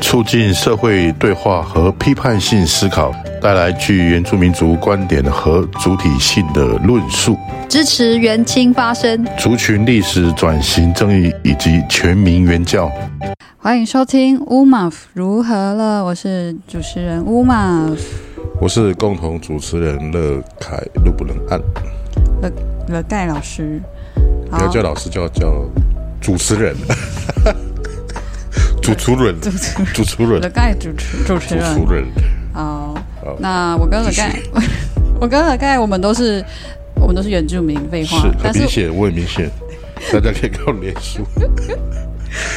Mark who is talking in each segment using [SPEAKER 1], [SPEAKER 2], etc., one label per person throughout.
[SPEAKER 1] 促进社会对话和批判性思考，带来具原住民族观点和主体性的论述，
[SPEAKER 2] 支持原青发声。
[SPEAKER 1] 族群历史转型正义以及全民援教。
[SPEAKER 2] 欢迎收听《乌马夫如何了》，我是主持人乌马
[SPEAKER 1] 我是共同主持人乐凯，路不能按，
[SPEAKER 2] 了盖老师。
[SPEAKER 1] 不要叫老师，叫叫主持人， 主持人，
[SPEAKER 2] 主持
[SPEAKER 1] 主持人
[SPEAKER 2] 了，盖主持主持
[SPEAKER 1] 主
[SPEAKER 2] 人。
[SPEAKER 1] 持人。
[SPEAKER 2] 哦
[SPEAKER 1] 好，
[SPEAKER 2] 那我跟了盖， 我跟了盖，我们都是我们都是原住民，废话
[SPEAKER 1] 是，
[SPEAKER 2] 但
[SPEAKER 1] 很明
[SPEAKER 2] 是
[SPEAKER 1] 显，我很明 显，大家可以看我脸书，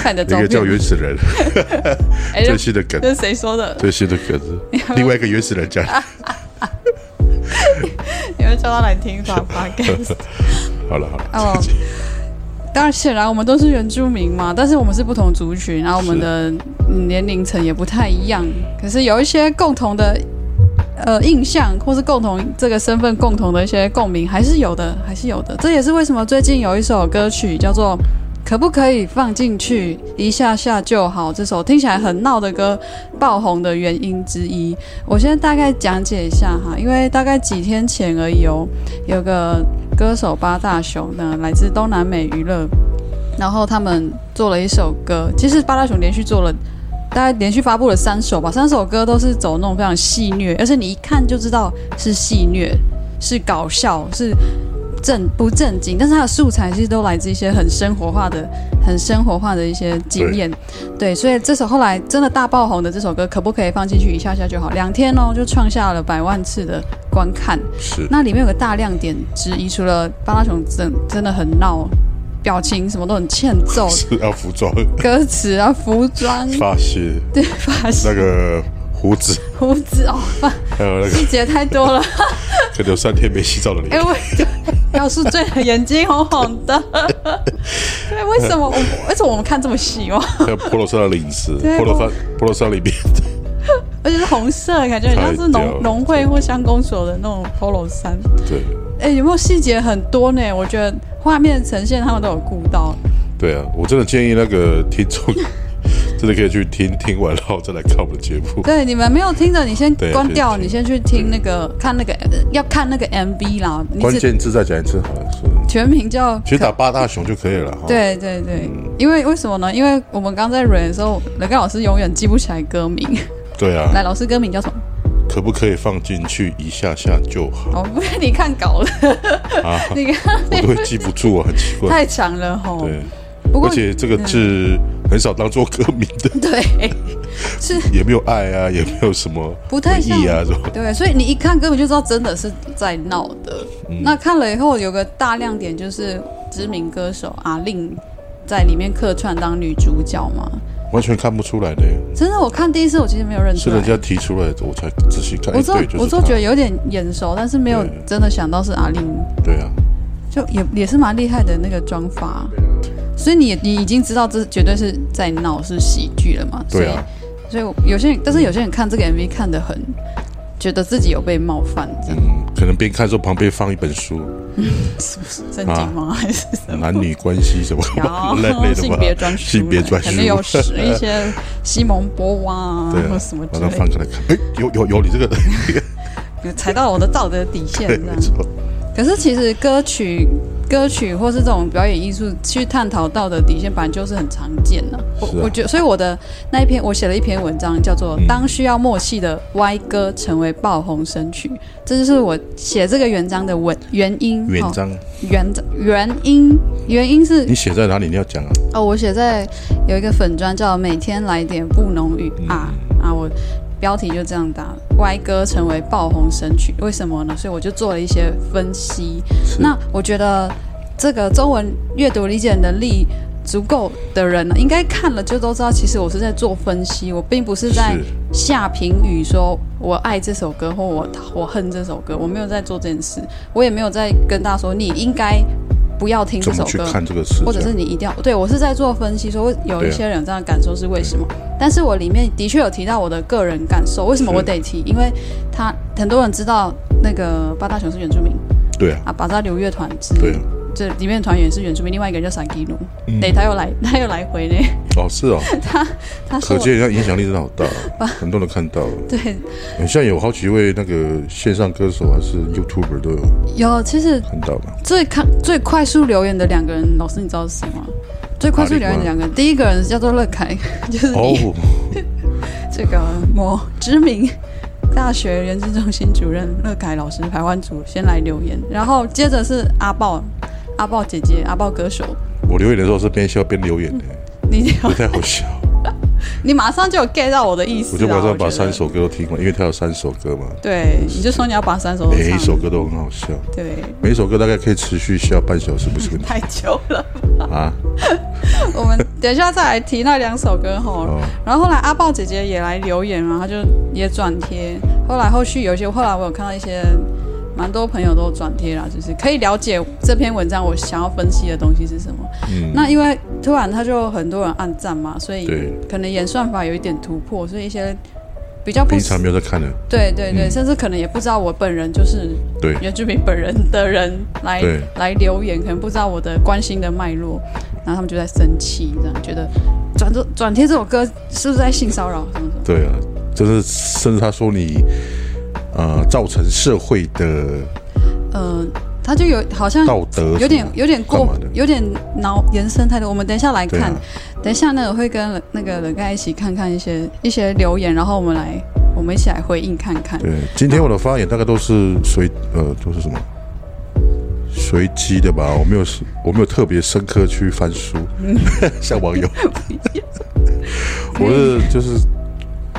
[SPEAKER 2] 看你的照
[SPEAKER 1] 一个叫
[SPEAKER 2] 片，
[SPEAKER 1] 原始人，
[SPEAKER 2] 哎
[SPEAKER 1] 最新的 梗，
[SPEAKER 2] 这是谁说的？
[SPEAKER 1] 最新的梗子，另外一个原始人讲，
[SPEAKER 2] 啊你们叫他来听吧 podcast。
[SPEAKER 1] 好了好了，
[SPEAKER 2] 哦，当然显然我们都是原住民嘛，但是我们是不同族群，然后我们
[SPEAKER 1] 是
[SPEAKER 2] 的嗯年龄层也不太一样，可是有一些共同的。呃，印象或是共同这个身份共同的一些共鸣还是有的，还是有的。这也是为什么最近有一首歌曲叫做《可不可以放进去一下下就好》，这首听起来很闹的歌爆红的原因之一。我先大概讲解一下哈，因为大概几天前而已哦，有个歌手八大熊呢，来自东南美娱乐，然后他们做了一首歌，其实八大熊连续做了。大概连续发布了三首吧，三首歌都是走那种非常戏虐，而且你一看就知道是戏虐，是搞笑，是正不正经。但是它的素材其实都来自一些很生活化的、很生活化的一些经验。对，所以这首后来真的大爆红的这首歌，可不可以放进去一下下就好？两天哦，就创下了百万次的观看。
[SPEAKER 1] 是，
[SPEAKER 2] 那里面有个大亮点之一，除了巴拉熊真真的很闹，表情什么都很欠揍
[SPEAKER 1] 是要服装
[SPEAKER 2] 歌词啊、服装、
[SPEAKER 1] 发型，
[SPEAKER 2] 对发
[SPEAKER 1] 那
[SPEAKER 2] 型、
[SPEAKER 1] 个胡子，
[SPEAKER 2] 胡子哦， 发
[SPEAKER 1] 还有 那个
[SPEAKER 2] 细节 太多了。
[SPEAKER 1] 可能有三天没洗澡的
[SPEAKER 2] 哎、
[SPEAKER 1] 脸，
[SPEAKER 2] 我要宿醉了，眼睛红红的。对，为什么我们为什么我们看这么细哦？
[SPEAKER 1] 还有 polo 衫的领子
[SPEAKER 2] 对
[SPEAKER 1] ，polo
[SPEAKER 2] 我
[SPEAKER 1] 衫 polo 衫里面，
[SPEAKER 2] 而且是红色的，感觉很像是
[SPEAKER 1] 太屌
[SPEAKER 2] 农
[SPEAKER 1] 了
[SPEAKER 2] 农会或乡公所的那种 polo 衫。
[SPEAKER 1] 对
[SPEAKER 2] 哎、有没有细节很多呢？我觉得画面呈现他们都有顾到。
[SPEAKER 1] 对啊，我真的建议那个听众真的可以去听听完，然后再来看我们的节目。
[SPEAKER 2] 对，你们没有听的，你先
[SPEAKER 1] 对
[SPEAKER 2] 关掉，
[SPEAKER 1] 先听
[SPEAKER 2] 你先去听那个看那个呃要看那个 MV 啦。你
[SPEAKER 1] 关
[SPEAKER 2] 只
[SPEAKER 1] 键字再讲一次好了，是，
[SPEAKER 2] 全名叫
[SPEAKER 1] 其实打八大熊就可以了哈。，
[SPEAKER 2] 对对对，因为为什么呢？因为我们刚在 r 的时候，雷盖老师永远记不起来歌名。
[SPEAKER 1] 对啊，
[SPEAKER 2] 来，老师歌名叫什么？
[SPEAKER 1] 可不可以放进去一下下就 好？
[SPEAKER 2] 哦，不是你看稿了，
[SPEAKER 1] 啊，
[SPEAKER 2] 你看
[SPEAKER 1] 我都会记不住啊，很奇怪。
[SPEAKER 2] 太长了吼。
[SPEAKER 1] 对，
[SPEAKER 2] 不过嗯
[SPEAKER 1] 而且这个字很少当做歌名的，
[SPEAKER 2] 对，是
[SPEAKER 1] 也没有爱啊，也没有什么
[SPEAKER 2] 不太
[SPEAKER 1] 回
[SPEAKER 2] 像
[SPEAKER 1] 忆啊，什么
[SPEAKER 2] 对，所以你一看根本就知道真的是在闹的。
[SPEAKER 1] 嗯
[SPEAKER 2] 那看了以后有个大亮点就是知名歌手阿令在里面客串当女主角嘛。
[SPEAKER 1] 完全看不出来的，
[SPEAKER 2] 真的，我看第一次我其实没有认
[SPEAKER 1] 是
[SPEAKER 2] 出来
[SPEAKER 1] 人，家提出来的，我才仔细看。
[SPEAKER 2] 我
[SPEAKER 1] 哎
[SPEAKER 2] 之后
[SPEAKER 1] 对，就是
[SPEAKER 2] 我之后
[SPEAKER 1] 他
[SPEAKER 2] 觉得有点眼熟，但是没有
[SPEAKER 1] 对
[SPEAKER 2] 真的想到是阿令，
[SPEAKER 1] 对啊，
[SPEAKER 2] 就也也是蛮厉害的那个妆法。所以你你已经知道这绝对是在闹是喜剧了嘛？所以
[SPEAKER 1] 对啊，
[SPEAKER 2] 所以我有些人，但是有些人看这个 MV 看得很，觉得自己有被冒犯，这样
[SPEAKER 1] 嗯，可能边看的时候旁边放一本书，
[SPEAKER 2] 是不是震惊吗？还是什么？
[SPEAKER 1] 男女关系什么
[SPEAKER 2] 然后
[SPEAKER 1] 啊类类的
[SPEAKER 2] 性
[SPEAKER 1] 吧，
[SPEAKER 2] 别专书，
[SPEAKER 1] 性别专书
[SPEAKER 2] 肯，定有使一些西蒙波娃 啊，
[SPEAKER 1] 对
[SPEAKER 2] 或
[SPEAKER 1] 啊
[SPEAKER 2] 什么，之
[SPEAKER 1] 马
[SPEAKER 2] 类
[SPEAKER 1] 上翻
[SPEAKER 2] 的，
[SPEAKER 1] 开来看，哎，有有有，你这个
[SPEAKER 2] 有踩到我的道德底线
[SPEAKER 1] 对，
[SPEAKER 2] 这
[SPEAKER 1] 没
[SPEAKER 2] 样。
[SPEAKER 1] 错，
[SPEAKER 2] 可是其实歌曲、歌曲或是这种表演艺术去探讨道德底线，本来就是很常见的、我、
[SPEAKER 1] 是啊
[SPEAKER 2] 我觉得，所以我的那一篇我写了一篇文章，叫做《当需要默契的歪歌成为爆红神曲》，这就是我写这个文章的文原因。
[SPEAKER 1] 原
[SPEAKER 2] 哦、
[SPEAKER 1] 章
[SPEAKER 2] 原原因原因是
[SPEAKER 1] 你写在哪里？你要讲啊，
[SPEAKER 2] 哦，我写在有一个粉砖叫“每天来点布农语”
[SPEAKER 1] 嗯
[SPEAKER 2] 啊啊，我标题就这样打“歪歌成为爆红神曲”，为什么呢？所以我就做了一些分析。
[SPEAKER 1] 是
[SPEAKER 2] 那我觉得这个中文阅读理解能力足够的人呢，应该看了就都知道，其实我是在做分析，我并不是在
[SPEAKER 1] 是
[SPEAKER 2] 下评语说我爱这首歌或我我恨这首歌，我没有在做这件事，我也没有在跟大家说你应该不要听这
[SPEAKER 1] 怎么
[SPEAKER 2] 首
[SPEAKER 1] 去
[SPEAKER 2] 歌，
[SPEAKER 1] 看这个事？
[SPEAKER 2] 或者是你一定要对我是在做分析，说为有
[SPEAKER 1] 对啊
[SPEAKER 2] 一些人这样的感受是为什么？但是我里面的确有提到我的个人感受，为什么
[SPEAKER 1] 是
[SPEAKER 2] 我得提？因为他很多人知道那个八大雄是原住民
[SPEAKER 1] 对啊，
[SPEAKER 2] 啊，八大流乐团之
[SPEAKER 1] 对啊，
[SPEAKER 2] 这里面的团员是原住民，另外一个人叫闪基努，
[SPEAKER 1] 嗯
[SPEAKER 2] 对，他又来， 他又来回呢，
[SPEAKER 1] 哦是哦，
[SPEAKER 2] 他是
[SPEAKER 1] 可
[SPEAKER 2] 我
[SPEAKER 1] 见人家影响力真的好大，啊 很多人看到了。
[SPEAKER 2] 对
[SPEAKER 1] 现在有好几位那个线上歌手还是 YouTuber 都有
[SPEAKER 2] 有，其实
[SPEAKER 1] 看到嘛。
[SPEAKER 2] 最看最快速留言的两个人，老师你知道是谁吗？最快速留言的两个人，第一个人叫做乐凯， 就是你、
[SPEAKER 1] 哦，
[SPEAKER 2] 这个某知名大学人事中心主任乐凯老师排湾组先来留言，然后接着是阿豹，阿豹姐姐，阿豹歌手，
[SPEAKER 1] 我留言的时候是边笑边留言的，
[SPEAKER 2] 你
[SPEAKER 1] 不太好笑。
[SPEAKER 2] 你马上就有 get 到我的意思
[SPEAKER 1] 我就
[SPEAKER 2] 了，
[SPEAKER 1] 马上
[SPEAKER 2] 啊我觉
[SPEAKER 1] 把
[SPEAKER 2] 得哦
[SPEAKER 1] 三，首歌都听完，因为它有三首歌嘛，
[SPEAKER 2] 对，你就说你要把三首都
[SPEAKER 1] 每一
[SPEAKER 2] 唱，
[SPEAKER 1] 首歌都很好笑，
[SPEAKER 2] 对，
[SPEAKER 1] 每一首歌大概可以持续笑半小时，不是问 题
[SPEAKER 2] 太久了。
[SPEAKER 1] 啊。
[SPEAKER 2] 我们等一下再来提那两首歌吼。
[SPEAKER 1] 哦
[SPEAKER 2] 然后后来阿豹姐姐也来留言嘛，她就也转贴。后来后续有一些，后来我有看到一些蛮多朋友都转贴啦，就是可以了解这篇文章我想要分析的东西是什么。
[SPEAKER 1] 嗯
[SPEAKER 2] 那因为突然他就很多人按赞嘛，所以
[SPEAKER 1] 对，
[SPEAKER 2] 可能演算法有一点突破，所以一些比较不
[SPEAKER 1] 平常没有在看的，
[SPEAKER 2] 对对对，
[SPEAKER 1] 嗯
[SPEAKER 2] 甚至可能也不知道我本人就是
[SPEAKER 1] 对
[SPEAKER 2] 原住民本人的人来
[SPEAKER 1] 对
[SPEAKER 2] 来留言，可能不知道我的关心的脉络，然后他们就在生气，这样觉得转这转贴这首歌是不是在性骚扰什么什么？
[SPEAKER 1] 对啊，就是甚至他说你，呃，造成社会的
[SPEAKER 2] 嗯、他就有好像
[SPEAKER 1] 道德
[SPEAKER 2] 嗯有点
[SPEAKER 1] 什么
[SPEAKER 2] 有点过
[SPEAKER 1] 啊干嘛的，
[SPEAKER 2] 有点脑延伸太多。我们等一下来
[SPEAKER 1] 对
[SPEAKER 2] 看，
[SPEAKER 1] 啊，
[SPEAKER 2] 等一下呢我会跟冷那个冷盖一起看看一些一些留言，然后我们来我们一起来回应看看。
[SPEAKER 1] 对。今天我的发言大概都是随呃都是什么随机的吧，我没有我没有特别深刻去翻书， 像网友，我是就是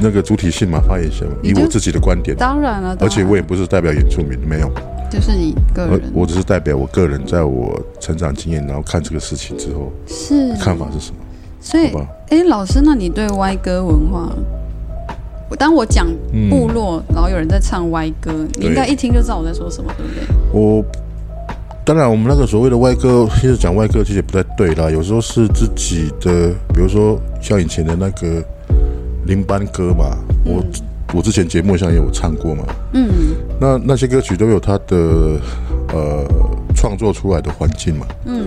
[SPEAKER 1] 那个主体性嘛，发言性嘛，
[SPEAKER 2] 你
[SPEAKER 1] 以
[SPEAKER 2] 就
[SPEAKER 1] 我自己的观点。
[SPEAKER 2] 当然了，
[SPEAKER 1] 而且
[SPEAKER 2] 当然
[SPEAKER 1] 我也不是代表原住民，没有，
[SPEAKER 2] 就是你个
[SPEAKER 1] 我
[SPEAKER 2] 人
[SPEAKER 1] 我只是代表我个人，在我成长经验，然后看这个事情之后
[SPEAKER 2] 是
[SPEAKER 1] 看法是什么，
[SPEAKER 2] 所以
[SPEAKER 1] 好吧？
[SPEAKER 2] 哎，老师，那你对歪歌文化，我当我讲部落，然后有人在唱歪歌，你应该一听就知道我在说什么，对不对？
[SPEAKER 1] 我当然，我们那个所谓的外歌，其实讲外歌其实也不太对啦。有时候是自己的，比如说像以前的那个林班歌嘛，我、我之前节目上也有唱过嘛。
[SPEAKER 2] 嗯，
[SPEAKER 1] 那那些歌曲都有它的呃创作出来的环境嘛。嗯。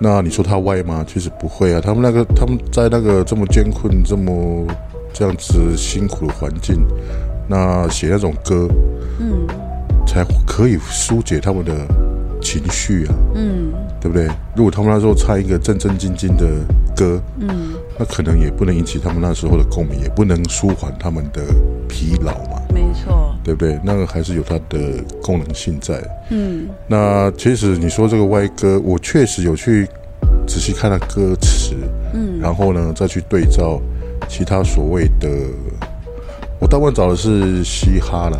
[SPEAKER 1] 那你说它歪吗？其实不会啊，他们那个他们在那个这么艰困、这么这样子辛苦的环境，那写那种歌，
[SPEAKER 2] 嗯，
[SPEAKER 1] 才可以疏解他们的情绪啊，
[SPEAKER 2] 嗯，
[SPEAKER 1] 对不对？如果他们那时候唱一个正正经经的歌，
[SPEAKER 2] 嗯，
[SPEAKER 1] 那可能也不能引起他们那时候的共鸣，也不能舒缓他们的疲劳嘛，
[SPEAKER 2] 没错，
[SPEAKER 1] 对不对？那个还是有它的功能性在。
[SPEAKER 2] 嗯
[SPEAKER 1] 那其实你说这个歪歌，我确实有去仔细看了歌词，
[SPEAKER 2] 嗯
[SPEAKER 1] 然后呢再去对照其他所谓的，我大部分找的是嘻哈啦，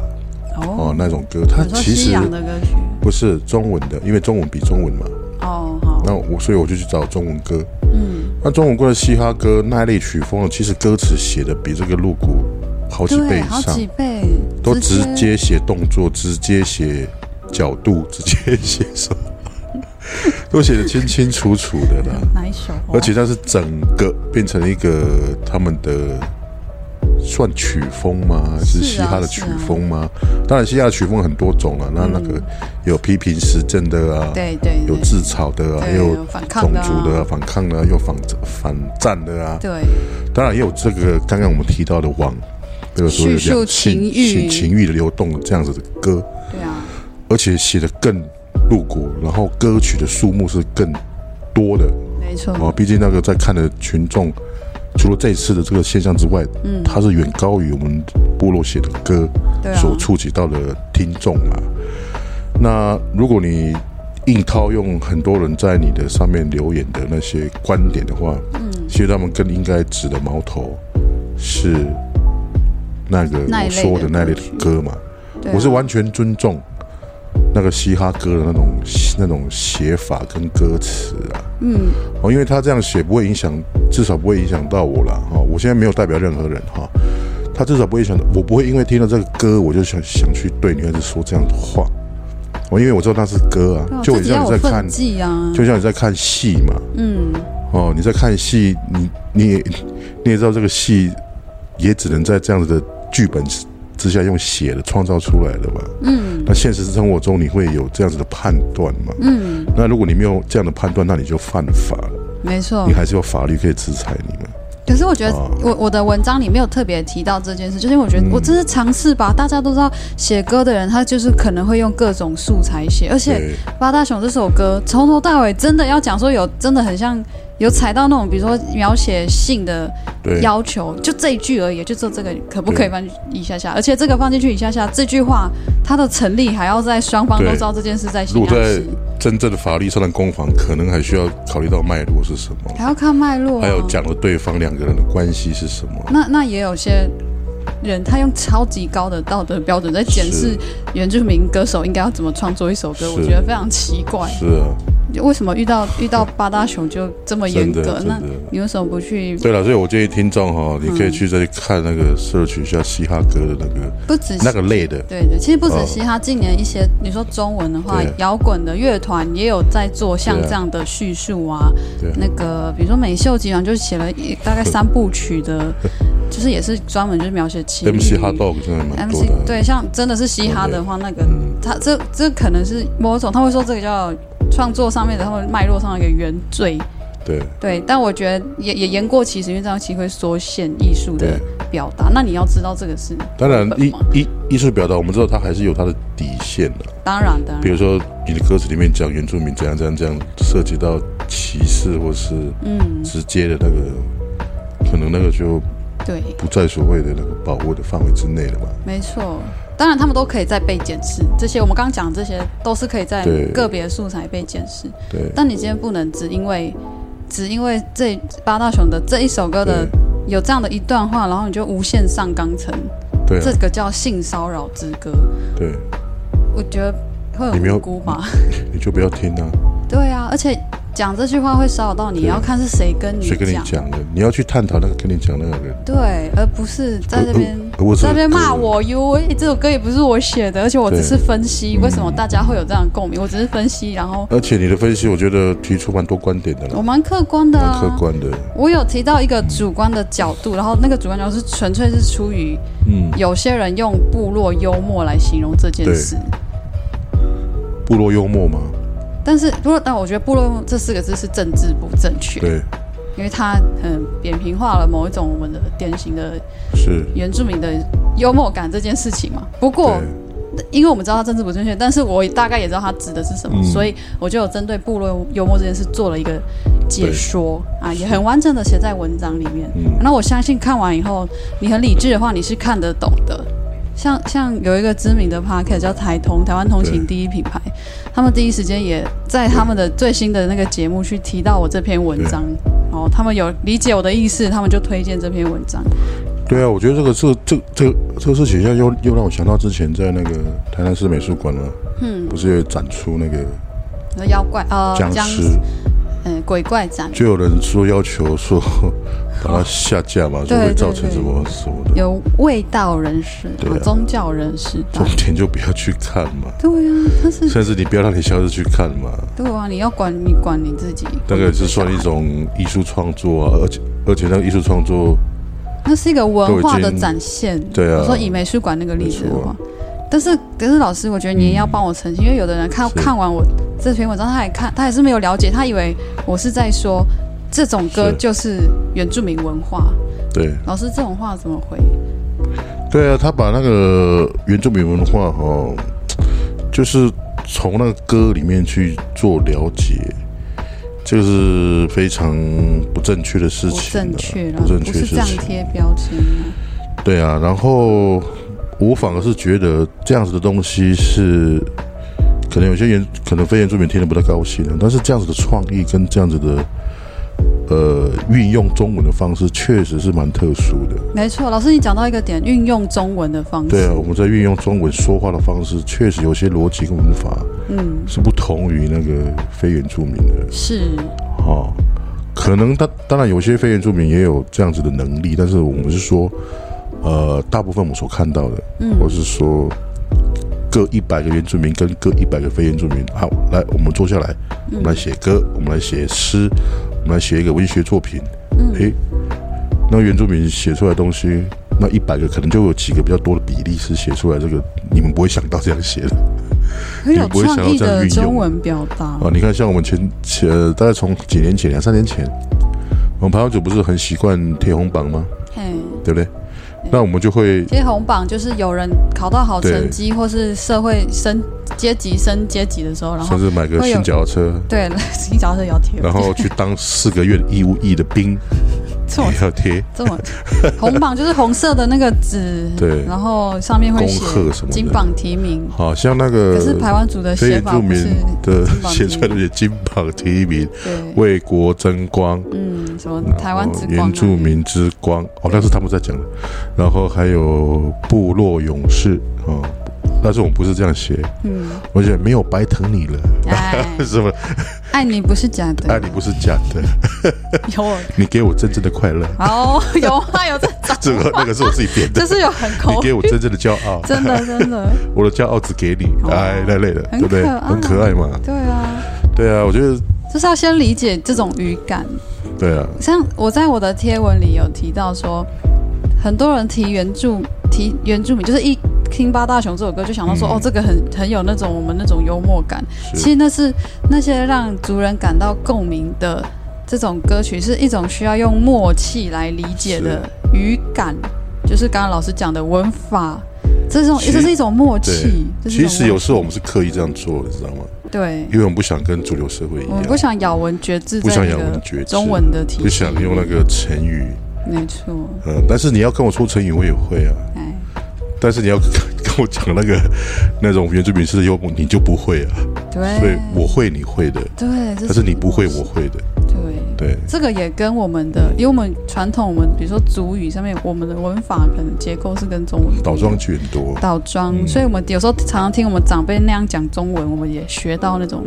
[SPEAKER 1] 哦
[SPEAKER 2] 哦，
[SPEAKER 1] 那种歌，它
[SPEAKER 2] 你说
[SPEAKER 1] 其
[SPEAKER 2] 西
[SPEAKER 1] 实
[SPEAKER 2] 洋的歌曲，
[SPEAKER 1] 不是中文的，因为中文比中文嘛，
[SPEAKER 2] 哦，好，
[SPEAKER 1] 那我所以我就去找中文歌。
[SPEAKER 2] 嗯，
[SPEAKER 1] 那中文歌的嘻哈歌那一类曲风，其实歌词写的比这个露骨好几倍
[SPEAKER 2] 对，好
[SPEAKER 1] 以上
[SPEAKER 2] 几，倍，
[SPEAKER 1] 都直接写动作，直接写角度， 直接写什么， 都写的清清楚楚的啦。
[SPEAKER 2] 哪一首啊？
[SPEAKER 1] 而且它是整个变成一个他们的算曲风吗？还是
[SPEAKER 2] 是啊嗯
[SPEAKER 1] 嘻哈的曲风吗？当然，嘻哈的曲风很多种了、那那个有批评时政的啊，
[SPEAKER 2] 对对
[SPEAKER 1] 有
[SPEAKER 2] 对
[SPEAKER 1] 自嘲的啊，也
[SPEAKER 2] 对
[SPEAKER 1] 有
[SPEAKER 2] 有反抗
[SPEAKER 1] 种
[SPEAKER 2] 的啊
[SPEAKER 1] 族的、啊、反抗的、啊，有反反战的啊。
[SPEAKER 2] 对，
[SPEAKER 1] 当然也有这个刚刚我们提到的网，这个所谓的
[SPEAKER 2] 叙述
[SPEAKER 1] 两性
[SPEAKER 2] 情欲
[SPEAKER 1] 情情欲的流动这样子的歌，
[SPEAKER 2] 对啊，
[SPEAKER 1] 而且写的更露骨，然后歌曲的数目是更多的。
[SPEAKER 2] 没
[SPEAKER 1] 哦
[SPEAKER 2] 错，，
[SPEAKER 1] 毕竟那个在看的群众，除了这一次的这个现象之外，
[SPEAKER 2] 嗯，
[SPEAKER 1] 它是远高于我们部落写的歌
[SPEAKER 2] 对啊，
[SPEAKER 1] 所触及到的听众啊。那如果你硬套用很多人在你的上面留言的那些观点的话，嗯，其实他们更应该指的矛头是那个
[SPEAKER 2] 那一
[SPEAKER 1] 我
[SPEAKER 2] 类
[SPEAKER 1] 说
[SPEAKER 2] 的
[SPEAKER 1] 的那类的歌嘛。
[SPEAKER 2] 对啊
[SPEAKER 1] 我是完全尊重那个嘻哈歌的那种那种写法跟歌词啊。
[SPEAKER 2] 嗯，
[SPEAKER 1] 哦，因为他这样写不会影响，至少不会影响到我啦。哈、我现在没有代表任何人哈、他至少不会想，我不会因为听到这个歌我就想想去对你还是说这样的话，哦，因为我知道那是歌啊，就
[SPEAKER 2] 哦自
[SPEAKER 1] 很
[SPEAKER 2] 己
[SPEAKER 1] 像
[SPEAKER 2] 要
[SPEAKER 1] 你
[SPEAKER 2] 有
[SPEAKER 1] 在看
[SPEAKER 2] 分，际啊，
[SPEAKER 1] 就像你在看戏嘛，
[SPEAKER 2] 嗯，
[SPEAKER 1] 哦，你在看戏，你你也你也知道这个戏也只能在这样子的剧本之下用写的创造出来的嘛。嗯，那现实生活中你会有这样子的判断嘛？嗯，那如果你没有这样的判断，那你就犯法了，
[SPEAKER 2] 没错
[SPEAKER 1] 你。还是有法律可以制裁你嘛。
[SPEAKER 2] 可是我觉得
[SPEAKER 1] 哦嗯
[SPEAKER 2] 我我的文章里没有特别提到这件事，就是因为我觉得我这是尝试吧。大家都知道写歌的人，他就是可能会用各种素材写，而且
[SPEAKER 1] 对，
[SPEAKER 2] 八大熊这首歌从头到尾真的要讲说有真的很像有踩到那种，比如说描写性的
[SPEAKER 1] 对，
[SPEAKER 2] 要求，就这一句而已，就做这个可不可以
[SPEAKER 1] 对
[SPEAKER 2] 放进一下下？而且这个放进去一下下，这句话它的成立还要在双方都
[SPEAKER 1] 对
[SPEAKER 2] 知道这件事在
[SPEAKER 1] 如
[SPEAKER 2] 行
[SPEAKER 1] 果
[SPEAKER 2] 还
[SPEAKER 1] 在
[SPEAKER 2] 是
[SPEAKER 1] 真正的法律上的攻防，可能还需要考虑到脉络是什么，
[SPEAKER 2] 还要看脉络、啊，
[SPEAKER 1] 还有讲了对方两个人的关系是什么。
[SPEAKER 2] 那那也有些人，他用超级高的道德标准在检视
[SPEAKER 1] 是
[SPEAKER 2] 原住民歌手应该要怎么创作一首歌，
[SPEAKER 1] 是
[SPEAKER 2] 我觉得非常奇怪。
[SPEAKER 1] 是啊，
[SPEAKER 2] 为什么遇到遇到八大熊就这么严
[SPEAKER 1] 真的
[SPEAKER 2] 格？
[SPEAKER 1] 真
[SPEAKER 2] 那
[SPEAKER 1] 的。
[SPEAKER 2] 你为什么不去？
[SPEAKER 1] 对了，所以我建议听众哈、你可以去再去看那个 search 一下嘻哈歌的那个
[SPEAKER 2] 不只
[SPEAKER 1] 那
[SPEAKER 2] 是
[SPEAKER 1] 个类的，
[SPEAKER 2] 对对，其实不止
[SPEAKER 1] 哦
[SPEAKER 2] 嘻哈，近年一些你说中文的话
[SPEAKER 1] 对，
[SPEAKER 2] 摇滚的乐团也有在做像
[SPEAKER 1] 对啊
[SPEAKER 2] 这样的叙述啊。
[SPEAKER 1] 对啊
[SPEAKER 2] 那个比如说美秀集团就写了一大概三部 曲的，就是也是专门就是描写情侣。
[SPEAKER 1] MC Hot Dog 真的蛮多
[SPEAKER 2] MC
[SPEAKER 1] 的嗯啊，
[SPEAKER 2] 对，像真的是嘻哈的话，那个他这这可能是某种，他会说这个叫创作上面的他们脉络上的一个原罪，
[SPEAKER 1] 对
[SPEAKER 2] 对。但我觉得也也言过其实，因为这样其实会缩限艺术的
[SPEAKER 1] 对。
[SPEAKER 2] 表达。那你要知道这个是
[SPEAKER 1] 当然，
[SPEAKER 2] 本
[SPEAKER 1] 艺
[SPEAKER 2] 嘛
[SPEAKER 1] 艺艺术表达，我们知道它还是有它的底线的。
[SPEAKER 2] 当然的，啊
[SPEAKER 1] 比如说，你的歌词里面讲原住民怎样怎样怎样，涉及到歧视或是
[SPEAKER 2] 嗯，
[SPEAKER 1] 直接的那个，可能那个就
[SPEAKER 2] 对，
[SPEAKER 1] 不在所谓的那个保护的范围之内了嘛。
[SPEAKER 2] 没错。当然，他们都可以在被检视，这些我们刚刚讲的这些都是可以在
[SPEAKER 1] 对
[SPEAKER 2] 个别素材被检视。
[SPEAKER 1] 对
[SPEAKER 2] 但你今天不能只因为只因为这八大雄的这一首歌的
[SPEAKER 1] 对
[SPEAKER 2] 有这样的一段话，然后你就无限上纲层，
[SPEAKER 1] 对
[SPEAKER 2] 这
[SPEAKER 1] 啊
[SPEAKER 2] 个叫性骚扰之歌，
[SPEAKER 1] 对，
[SPEAKER 2] 我觉得会
[SPEAKER 1] 你没
[SPEAKER 2] 很
[SPEAKER 1] 有
[SPEAKER 2] 无辜吧？
[SPEAKER 1] 你就不要听啊，
[SPEAKER 2] 对啊，而且讲这句话会骚扰到你，
[SPEAKER 1] 对啊
[SPEAKER 2] 要看是谁跟你
[SPEAKER 1] 谁跟你
[SPEAKER 2] 讲，
[SPEAKER 1] 讲的？你要去探讨那个跟你讲那个人。
[SPEAKER 2] 对，而不是在那边。
[SPEAKER 1] 呃我是
[SPEAKER 2] 在那边骂我哟！哎这首歌也不是我写的，而且我只
[SPEAKER 1] 对
[SPEAKER 2] 是分析为什么大家会有这样的共鸣，我只是分析，然后
[SPEAKER 1] 而且你的分析，我觉得提出蛮多观点的
[SPEAKER 2] 我
[SPEAKER 1] 啦，
[SPEAKER 2] 蛮客观的
[SPEAKER 1] 蛮
[SPEAKER 2] 啊，
[SPEAKER 1] 客观的。
[SPEAKER 2] 我有提到一个主观的角度，然后那个主观角度是纯粹是出于
[SPEAKER 1] 嗯，
[SPEAKER 2] 有些人用部落幽默来形容这件事，
[SPEAKER 1] 部落幽默嘛，
[SPEAKER 2] 但是如果但我觉得部落幽默这四个字是政治不正确，
[SPEAKER 1] 对，
[SPEAKER 2] 因为它很扁平化了某一种我们的典型的
[SPEAKER 1] 是，
[SPEAKER 2] 原住民的幽默感这件事情嘛。不过
[SPEAKER 1] 对，
[SPEAKER 2] 因为我们知道它政治不正确，但是我大概也知道它指的是什么，
[SPEAKER 1] 嗯
[SPEAKER 2] 所以我就有针对部落幽默这件事做了一个解说啊，也很完整的写在文章里面。
[SPEAKER 1] 嗯
[SPEAKER 2] 那我相信看完以后，你很理智的话，你是看得懂的。像像有一个知名的 p o c a s t 叫台通，台湾通
[SPEAKER 1] 对
[SPEAKER 2] 勤第一品牌，他们第一时间也在他们的最新的那个节目去提到我这篇文章，然后他们有理解我的意思，他们就推荐这篇文章。
[SPEAKER 1] 对啊，我觉得这个事，这这这个事情，又又让我想到之前在那个台南市美术馆了，
[SPEAKER 2] 嗯，
[SPEAKER 1] 不是有展出那个
[SPEAKER 2] 那妖怪呃
[SPEAKER 1] 僵
[SPEAKER 2] 尸
[SPEAKER 1] 尸，
[SPEAKER 2] 嗯、鬼怪展
[SPEAKER 1] 就有人说要求说 把它下架嘛，
[SPEAKER 2] 对
[SPEAKER 1] 就会造
[SPEAKER 2] 对
[SPEAKER 1] 成
[SPEAKER 2] 对
[SPEAKER 1] 什么什么的，
[SPEAKER 2] 有味道人士、
[SPEAKER 1] 对啊
[SPEAKER 2] 啊宗教人士吧
[SPEAKER 1] 重。点就不要去看嘛，
[SPEAKER 2] 对啊，但是
[SPEAKER 1] 甚至你不要让你小孩子去看嘛，
[SPEAKER 2] 对啊，你要管你管你自己，
[SPEAKER 1] 那个是算一种艺术创作啊，而且而且那个艺术创作，
[SPEAKER 2] 那是一个文化
[SPEAKER 1] 都
[SPEAKER 2] 的
[SPEAKER 1] 已经
[SPEAKER 2] 展现。
[SPEAKER 1] 对啊
[SPEAKER 2] 我说以美术馆那个例子的
[SPEAKER 1] 没错
[SPEAKER 2] 话
[SPEAKER 1] 啊，
[SPEAKER 2] 但是可是老师，我觉得你也要帮我澄清，因为有的人看
[SPEAKER 1] 是
[SPEAKER 2] 看完我这篇文章，他还看，他还是没有了解，他以为我是在说这种歌
[SPEAKER 1] 是
[SPEAKER 2] 就是原住民文化。
[SPEAKER 1] 对。
[SPEAKER 2] 老师这种话怎么回？
[SPEAKER 1] 对啊，他把那个原住民文化哈、哦，就是从那个歌里面去做了解，这个是非常不正确的事
[SPEAKER 2] 不
[SPEAKER 1] 情、啊，
[SPEAKER 2] 正确啦，
[SPEAKER 1] 不正确
[SPEAKER 2] 不
[SPEAKER 1] 的
[SPEAKER 2] 是
[SPEAKER 1] 事
[SPEAKER 2] 这样
[SPEAKER 1] 情。
[SPEAKER 2] 贴标签啊。
[SPEAKER 1] 对啊，然后我反而是觉得这样子的东西是，可能有些原可能非原住民听得不太高兴的，但是这样子的创意跟这样子的。呃，运用中文的方式确实是蛮特殊的。
[SPEAKER 2] 没错，老师你讲到一个点，运用中文的方式。
[SPEAKER 1] 对啊，我们在运用中文说话的方式，确实有些逻辑跟文法
[SPEAKER 2] 嗯，
[SPEAKER 1] 是不同于那个非原住民的
[SPEAKER 2] 是，
[SPEAKER 1] 哦。可能他当然有些非原住民也有这样子的能力，但是我们是说，呃，大部分我们所看到的，
[SPEAKER 2] 嗯
[SPEAKER 1] 或是说各一百个原住民跟各一百个非原住民，好，来我们坐下来，我们来写歌，我们来写诗，我们来写一个文学作品。诶，那原住民写出来的东西，那一百个可能就有几个比较多的比例是写出来这个你们不会想到这样写的。
[SPEAKER 2] 很有
[SPEAKER 1] 你不会想
[SPEAKER 2] 创
[SPEAKER 1] 要
[SPEAKER 2] 意
[SPEAKER 1] 这样
[SPEAKER 2] 的
[SPEAKER 1] 运用
[SPEAKER 2] 中文表达
[SPEAKER 1] 啊，，你看，像我们前前、呃大概从几年前，两三年前，我们排行组不是很习惯贴红榜吗？
[SPEAKER 2] 嘿，
[SPEAKER 1] 对不对？那我们就会
[SPEAKER 2] 贴红榜就是有人考到好成绩，或是社会升阶级升阶级的时候，然后
[SPEAKER 1] 甚至买个
[SPEAKER 2] 会有
[SPEAKER 1] 新脚踏车，
[SPEAKER 2] 对， 你找到是要贴，
[SPEAKER 1] 然后去当四个月的义务役的兵，
[SPEAKER 2] 这么
[SPEAKER 1] 也要贴。
[SPEAKER 2] 这么红榜就是红色的那个纸，
[SPEAKER 1] 对
[SPEAKER 2] 然后上面会写
[SPEAKER 1] 恭贺什么的
[SPEAKER 2] 金榜题名，
[SPEAKER 1] 好像那个
[SPEAKER 2] 可是台湾组的
[SPEAKER 1] 非
[SPEAKER 2] 写
[SPEAKER 1] 原
[SPEAKER 2] 法
[SPEAKER 1] 住
[SPEAKER 2] 不
[SPEAKER 1] 民
[SPEAKER 2] 是
[SPEAKER 1] 的
[SPEAKER 2] 金榜 题
[SPEAKER 1] 写
[SPEAKER 2] 名
[SPEAKER 1] 出来的也金榜题名，
[SPEAKER 2] 对，
[SPEAKER 1] 为国争光，
[SPEAKER 2] 嗯，什么台湾之光、啊，
[SPEAKER 1] 哦原住民之光，哦，那是他们在讲的。然后还有部落勇士啊、哦，但是我们不是这样写，
[SPEAKER 2] 嗯，
[SPEAKER 1] 而且没有白疼你了，，
[SPEAKER 2] 哎
[SPEAKER 1] 什么
[SPEAKER 2] 爱你不是假的，
[SPEAKER 1] 爱你不是假的，
[SPEAKER 2] 有 我
[SPEAKER 1] 你给我真正的快乐。
[SPEAKER 2] 哦， 有啊，有这种，
[SPEAKER 1] 这 个那个是我自己编的，
[SPEAKER 2] 就是有很
[SPEAKER 1] 你
[SPEAKER 2] 口
[SPEAKER 1] 给
[SPEAKER 2] 语，
[SPEAKER 1] 我真正的骄傲，
[SPEAKER 2] 哦真的真的，
[SPEAKER 1] 我的骄傲只给你，
[SPEAKER 2] 哦
[SPEAKER 1] 哎，那类的，对
[SPEAKER 2] 很
[SPEAKER 1] 不对？
[SPEAKER 2] 可爱
[SPEAKER 1] 很可爱嘛，
[SPEAKER 2] 对啊，
[SPEAKER 1] 对啊，我觉得
[SPEAKER 2] 就是要先理解这种语感。
[SPEAKER 1] 对啊，
[SPEAKER 2] 像我在我的贴文里有提到说，很多人提原著提原住民，就是一听八大雄这首歌就想到说，
[SPEAKER 1] 嗯
[SPEAKER 2] 哦，这个很很有那种我们那种幽默感。其
[SPEAKER 1] 是
[SPEAKER 2] 实那是那些让族人感到共鸣的这种歌曲，是一种需要用默契来理解的语感，就是刚刚老师讲的文法，这种
[SPEAKER 1] 其
[SPEAKER 2] 这是一种默
[SPEAKER 1] 对
[SPEAKER 2] 契。这是
[SPEAKER 1] 其
[SPEAKER 2] 一种
[SPEAKER 1] 实有时候我们
[SPEAKER 2] 默
[SPEAKER 1] 是刻意这样做的，知道吗？
[SPEAKER 2] 契对，
[SPEAKER 1] 因为我们不想跟主流社会一
[SPEAKER 2] 我们不
[SPEAKER 1] 样，
[SPEAKER 2] 想咬文嚼字
[SPEAKER 1] 不
[SPEAKER 2] 在
[SPEAKER 1] 想
[SPEAKER 2] 那
[SPEAKER 1] 咬文
[SPEAKER 2] 个
[SPEAKER 1] 嚼字，
[SPEAKER 2] 中文的体系，
[SPEAKER 1] 不想用那个成语，
[SPEAKER 2] 没错，
[SPEAKER 1] 呃，但是你要跟我说成语，我也会啊。
[SPEAKER 2] 哎。
[SPEAKER 1] 但是你要 跟我讲那个那种原住民式的幽默，你就不会啊。
[SPEAKER 2] 对，
[SPEAKER 1] 所以我会你会的，
[SPEAKER 2] 对，这
[SPEAKER 1] 但是你不会我会的，
[SPEAKER 2] 对，
[SPEAKER 1] 对。
[SPEAKER 2] 这个也跟我们的，因为我们传统，我们比如说族语上面，我们的文法可能结构是跟中文不一样
[SPEAKER 1] 倒装句很多，
[SPEAKER 2] 倒装，
[SPEAKER 1] 嗯
[SPEAKER 2] 所以我们有时候常常听我们长辈那样讲中文，我们也学到那种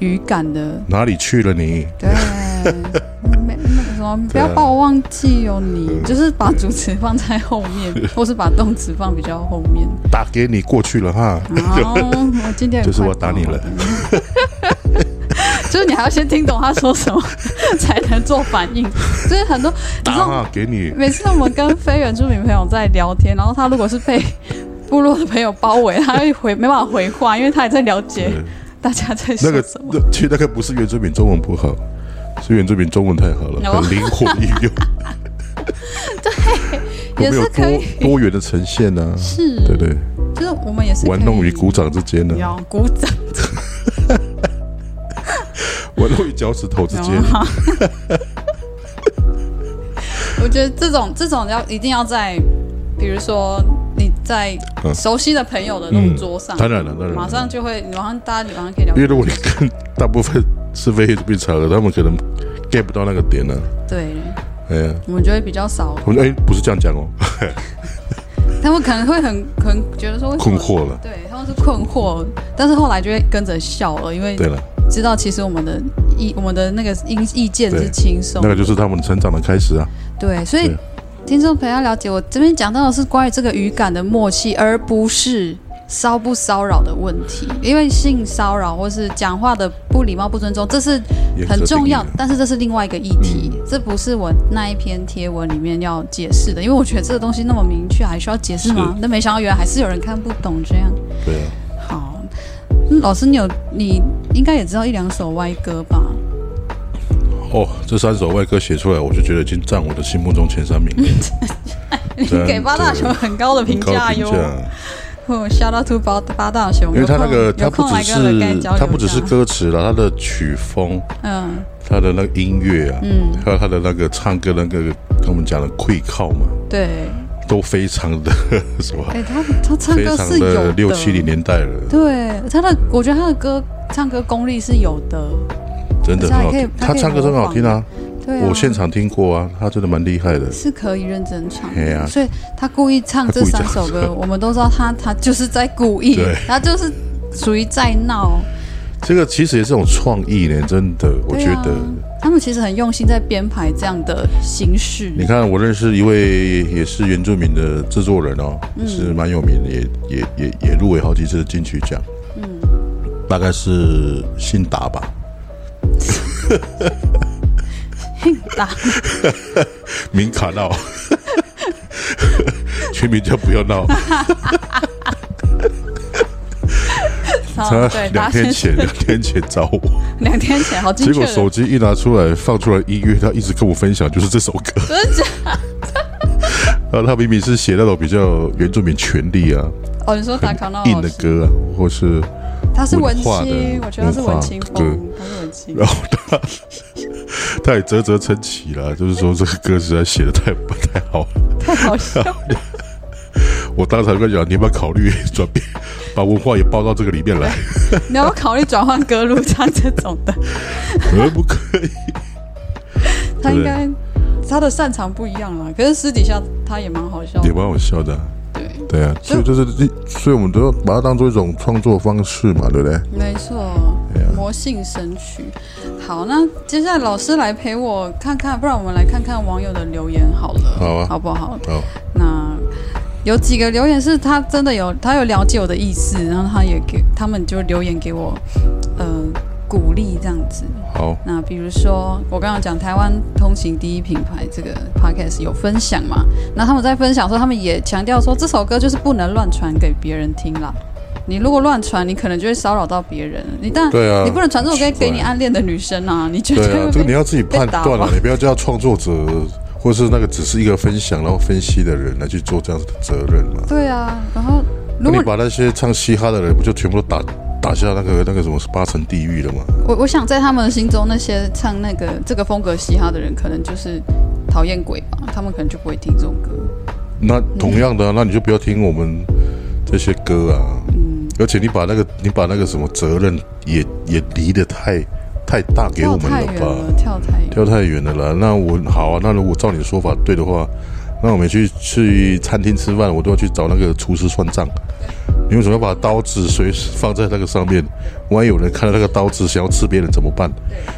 [SPEAKER 2] 语感的。
[SPEAKER 1] 哪里去了你？
[SPEAKER 2] 对，没没什么，不
[SPEAKER 1] 对啊
[SPEAKER 2] 要把我忘记哦，你
[SPEAKER 1] 嗯
[SPEAKER 2] 就是把主词放在后面， 或是把动词放比较后面。
[SPEAKER 1] 打给你过去了哈。
[SPEAKER 2] 好，哦我今天也
[SPEAKER 1] 就是
[SPEAKER 2] 快
[SPEAKER 1] 我打你
[SPEAKER 2] 到
[SPEAKER 1] 了。
[SPEAKER 2] 就是你还要先听懂他说什么，才能做反应。就是很多，你
[SPEAKER 1] 打
[SPEAKER 2] 知道，
[SPEAKER 1] 哈给你，
[SPEAKER 2] 每次我们跟非原住民朋友在聊天，然后他如果是被部落的朋友包围，他会回没办法回话，因为他也在了解
[SPEAKER 1] 对
[SPEAKER 2] 大家在
[SPEAKER 1] 那
[SPEAKER 2] 说
[SPEAKER 1] 个
[SPEAKER 2] 什么。
[SPEAKER 1] 那其实那个不是原住民中文不好，是原住民中文太好
[SPEAKER 2] 哦
[SPEAKER 1] 了，很灵活的运用。
[SPEAKER 2] 也
[SPEAKER 1] 我们
[SPEAKER 2] 是
[SPEAKER 1] 有
[SPEAKER 2] 可以
[SPEAKER 1] 多多元的呈现呢、啊，
[SPEAKER 2] 是，
[SPEAKER 1] 对不对，
[SPEAKER 2] 就是我们也是可以
[SPEAKER 1] 玩弄于鼓掌之间啊呢、
[SPEAKER 2] 要鼓掌
[SPEAKER 1] 玩弄于脚趾头之间啊
[SPEAKER 2] 有，吗 我觉得这种这种要一定要在，比如说你在
[SPEAKER 1] 嗯
[SPEAKER 2] 熟悉的朋友的那种桌上，
[SPEAKER 1] 当然了，当然了，
[SPEAKER 2] 马上就会，马上大家马上可以聊
[SPEAKER 1] 因。为如果你跟大部分是非黑被吵的，他们可能 get 不到那个点呢、
[SPEAKER 2] 对，
[SPEAKER 1] 哎呀，
[SPEAKER 2] 我们就会比较少，
[SPEAKER 1] 我说哎，不是这样讲哦，
[SPEAKER 2] 他们可能会很很觉得说为什
[SPEAKER 1] 困
[SPEAKER 2] 么。
[SPEAKER 1] 惑了。
[SPEAKER 2] 对，他们是困惑，但是后来就会跟着笑了，因为
[SPEAKER 1] 对了，
[SPEAKER 2] 知道其实我们的意我们的那个意意见是
[SPEAKER 1] 对
[SPEAKER 2] 轻松
[SPEAKER 1] 那个就是他们成长的开始啊。
[SPEAKER 2] 对，所以
[SPEAKER 1] 对
[SPEAKER 2] 听众朋友要了解，我这边讲到的是关于这个语感的默契，而不是骚不骚扰的问题。因为性骚扰或是讲话的不礼貌、不尊重，这是
[SPEAKER 1] 严格
[SPEAKER 2] 很重要
[SPEAKER 1] 定义，
[SPEAKER 2] 但是这是另外一个议题，这不是我那一篇贴文里面要解释的。因为我觉得这个东西那么明确，还需要解释吗？那没想到原来还是有人看不懂这样。
[SPEAKER 1] 的对啊，
[SPEAKER 2] 好，嗯老师，你有你应该也知道一两首歪歌吧？
[SPEAKER 1] 哦，这三首外歌写出来，我就觉得已经占我的心目中前三名了，
[SPEAKER 2] 你给八大熊很高的评
[SPEAKER 1] 很高
[SPEAKER 2] 价
[SPEAKER 1] 的评
[SPEAKER 2] 哟。
[SPEAKER 1] 价。
[SPEAKER 2] 哦，shout out to 八八大熊，
[SPEAKER 1] 因为他那个，
[SPEAKER 2] 有
[SPEAKER 1] 他不
[SPEAKER 2] 空
[SPEAKER 1] 只
[SPEAKER 2] 来跟人
[SPEAKER 1] 是
[SPEAKER 2] 干交
[SPEAKER 1] 他不只是歌词了，他的曲风，
[SPEAKER 2] 嗯
[SPEAKER 1] 他的那个音乐啊，
[SPEAKER 2] 嗯，
[SPEAKER 1] 还有他的那个唱歌那个，跟我们讲的溃靠嘛，
[SPEAKER 2] 对，
[SPEAKER 1] 都非常的 什么，啊
[SPEAKER 2] 哎、他他唱
[SPEAKER 1] 非
[SPEAKER 2] 歌
[SPEAKER 1] 常
[SPEAKER 2] 是有
[SPEAKER 1] 的六七零，年代了，
[SPEAKER 2] 对他的，我觉得他的歌唱歌功力是有的，
[SPEAKER 1] 真的
[SPEAKER 2] 可是还
[SPEAKER 1] 很好
[SPEAKER 2] 可以
[SPEAKER 1] 听。
[SPEAKER 2] 还可以
[SPEAKER 1] 唱歌真的好听啊，
[SPEAKER 2] 对、啊，
[SPEAKER 1] 我现场听过啊，他真的蛮厉害的。
[SPEAKER 2] 是可以认真唱
[SPEAKER 1] 嘿
[SPEAKER 2] 的，
[SPEAKER 1] 啊
[SPEAKER 2] 所以他故意唱这三首歌，我们都知道他他就是在故意
[SPEAKER 1] 对，
[SPEAKER 2] 他就是属于在闹，
[SPEAKER 1] 这个其实也是种创意呢，真的，我觉
[SPEAKER 2] 对啊
[SPEAKER 1] 得
[SPEAKER 2] 他们其实很用心在编排这样的形式。
[SPEAKER 1] 你看，我认识一位也是原住民的制作人哦，
[SPEAKER 2] 嗯
[SPEAKER 1] 也是蛮有名的，也也也也入围好几次的金曲奖。嗯，大概是信达吧，
[SPEAKER 2] 打
[SPEAKER 1] 明卡 闹，全名叫不要闹。他
[SPEAKER 2] 对，
[SPEAKER 1] 两
[SPEAKER 2] 打
[SPEAKER 1] 天
[SPEAKER 2] 先
[SPEAKER 1] 前，
[SPEAKER 2] 生，
[SPEAKER 1] 两天前找我，
[SPEAKER 2] 两天前好精
[SPEAKER 1] 结
[SPEAKER 2] 确
[SPEAKER 1] 果
[SPEAKER 2] 的，
[SPEAKER 1] 手机一拿出来，放出来音乐，他一直跟我分享就是这首 歌。
[SPEAKER 2] 真的
[SPEAKER 1] 然后他明明是写那种比较原住民权利啊、
[SPEAKER 2] 哦，你说打卡闹
[SPEAKER 1] 硬的歌啊，或是
[SPEAKER 2] 他是文
[SPEAKER 1] 文化的
[SPEAKER 2] 青，我觉得他是
[SPEAKER 1] 文化
[SPEAKER 2] 文青风，他是文青。
[SPEAKER 1] 然后他 他也啧啧称奇了，就是说这个歌实在写的太不太好了。
[SPEAKER 2] 太好笑了，
[SPEAKER 1] 我当场跟他讲，你要不要考虑转变，把文化也包到这个里面 来？
[SPEAKER 2] 你要不要考虑转换歌路唱这种的，
[SPEAKER 1] 可不可以？
[SPEAKER 2] 他应该他的擅长不一样啦。可是私底下他也蛮好笑
[SPEAKER 1] 也
[SPEAKER 2] 的，
[SPEAKER 1] 蛮好笑的啊、
[SPEAKER 2] 对，
[SPEAKER 1] 对啊，所以就是，所以我们都要把它当做一种创作方式嘛，对不对？
[SPEAKER 2] 没错
[SPEAKER 1] 对啊，
[SPEAKER 2] 魔性神曲。好，那接下来老师来陪我看看，不然我们来看看网友的留言好了，
[SPEAKER 1] 好啊
[SPEAKER 2] 好不好？
[SPEAKER 1] 好，
[SPEAKER 2] 那有几个留言是他真的有，他有了解我的意思，然后他也给他们就留言给我，呃，鼓励这样子。
[SPEAKER 1] 好，
[SPEAKER 2] 那比如说，我刚刚讲台湾通行第一品牌这个 podcast 有分享嘛？那他们在分享的时候，他们也强调说，这首歌就是不能乱传给别人听啦。你如果乱传，你可能就会骚扰到别人。你但
[SPEAKER 1] 对啊
[SPEAKER 2] 你不能传这首歌给
[SPEAKER 1] 对
[SPEAKER 2] 你暗恋的女生啊，你绝
[SPEAKER 1] 对
[SPEAKER 2] 会
[SPEAKER 1] 啊
[SPEAKER 2] 被，
[SPEAKER 1] 这个你要自己判断
[SPEAKER 2] 被打
[SPEAKER 1] 了
[SPEAKER 2] 吧，
[SPEAKER 1] 你不要叫创作者或是那个只是一个分享然后分析的人来去做这样子的责任嘛。
[SPEAKER 2] 对啊。然后
[SPEAKER 1] 那
[SPEAKER 2] 如
[SPEAKER 1] 你
[SPEAKER 2] 果
[SPEAKER 1] 把那些唱嘻哈的人，不就全部都打打下那个那个什么八层地狱了吗？
[SPEAKER 2] 我我想在他们心中，那些唱那个这个风格嘻哈的人，可能就是讨厌鬼吧，他们可能就不会听这种歌。
[SPEAKER 1] 那同样的啊、那你就不要听我们这些歌啊。
[SPEAKER 2] 嗯
[SPEAKER 1] 而且你把那个你把那个什么责任也也离得太太大给我们
[SPEAKER 2] 跳太
[SPEAKER 1] 了
[SPEAKER 2] 远
[SPEAKER 1] 吧？
[SPEAKER 2] 了，跳太远。
[SPEAKER 1] 跳太远了啦。那我好啊，那如果照你的说法对的话，那我们去去餐厅吃饭，我都要去找那个厨师算账。你为什么要把刀子随时放在那个上面？万一有人看到那个刀子想要刺别人怎么办？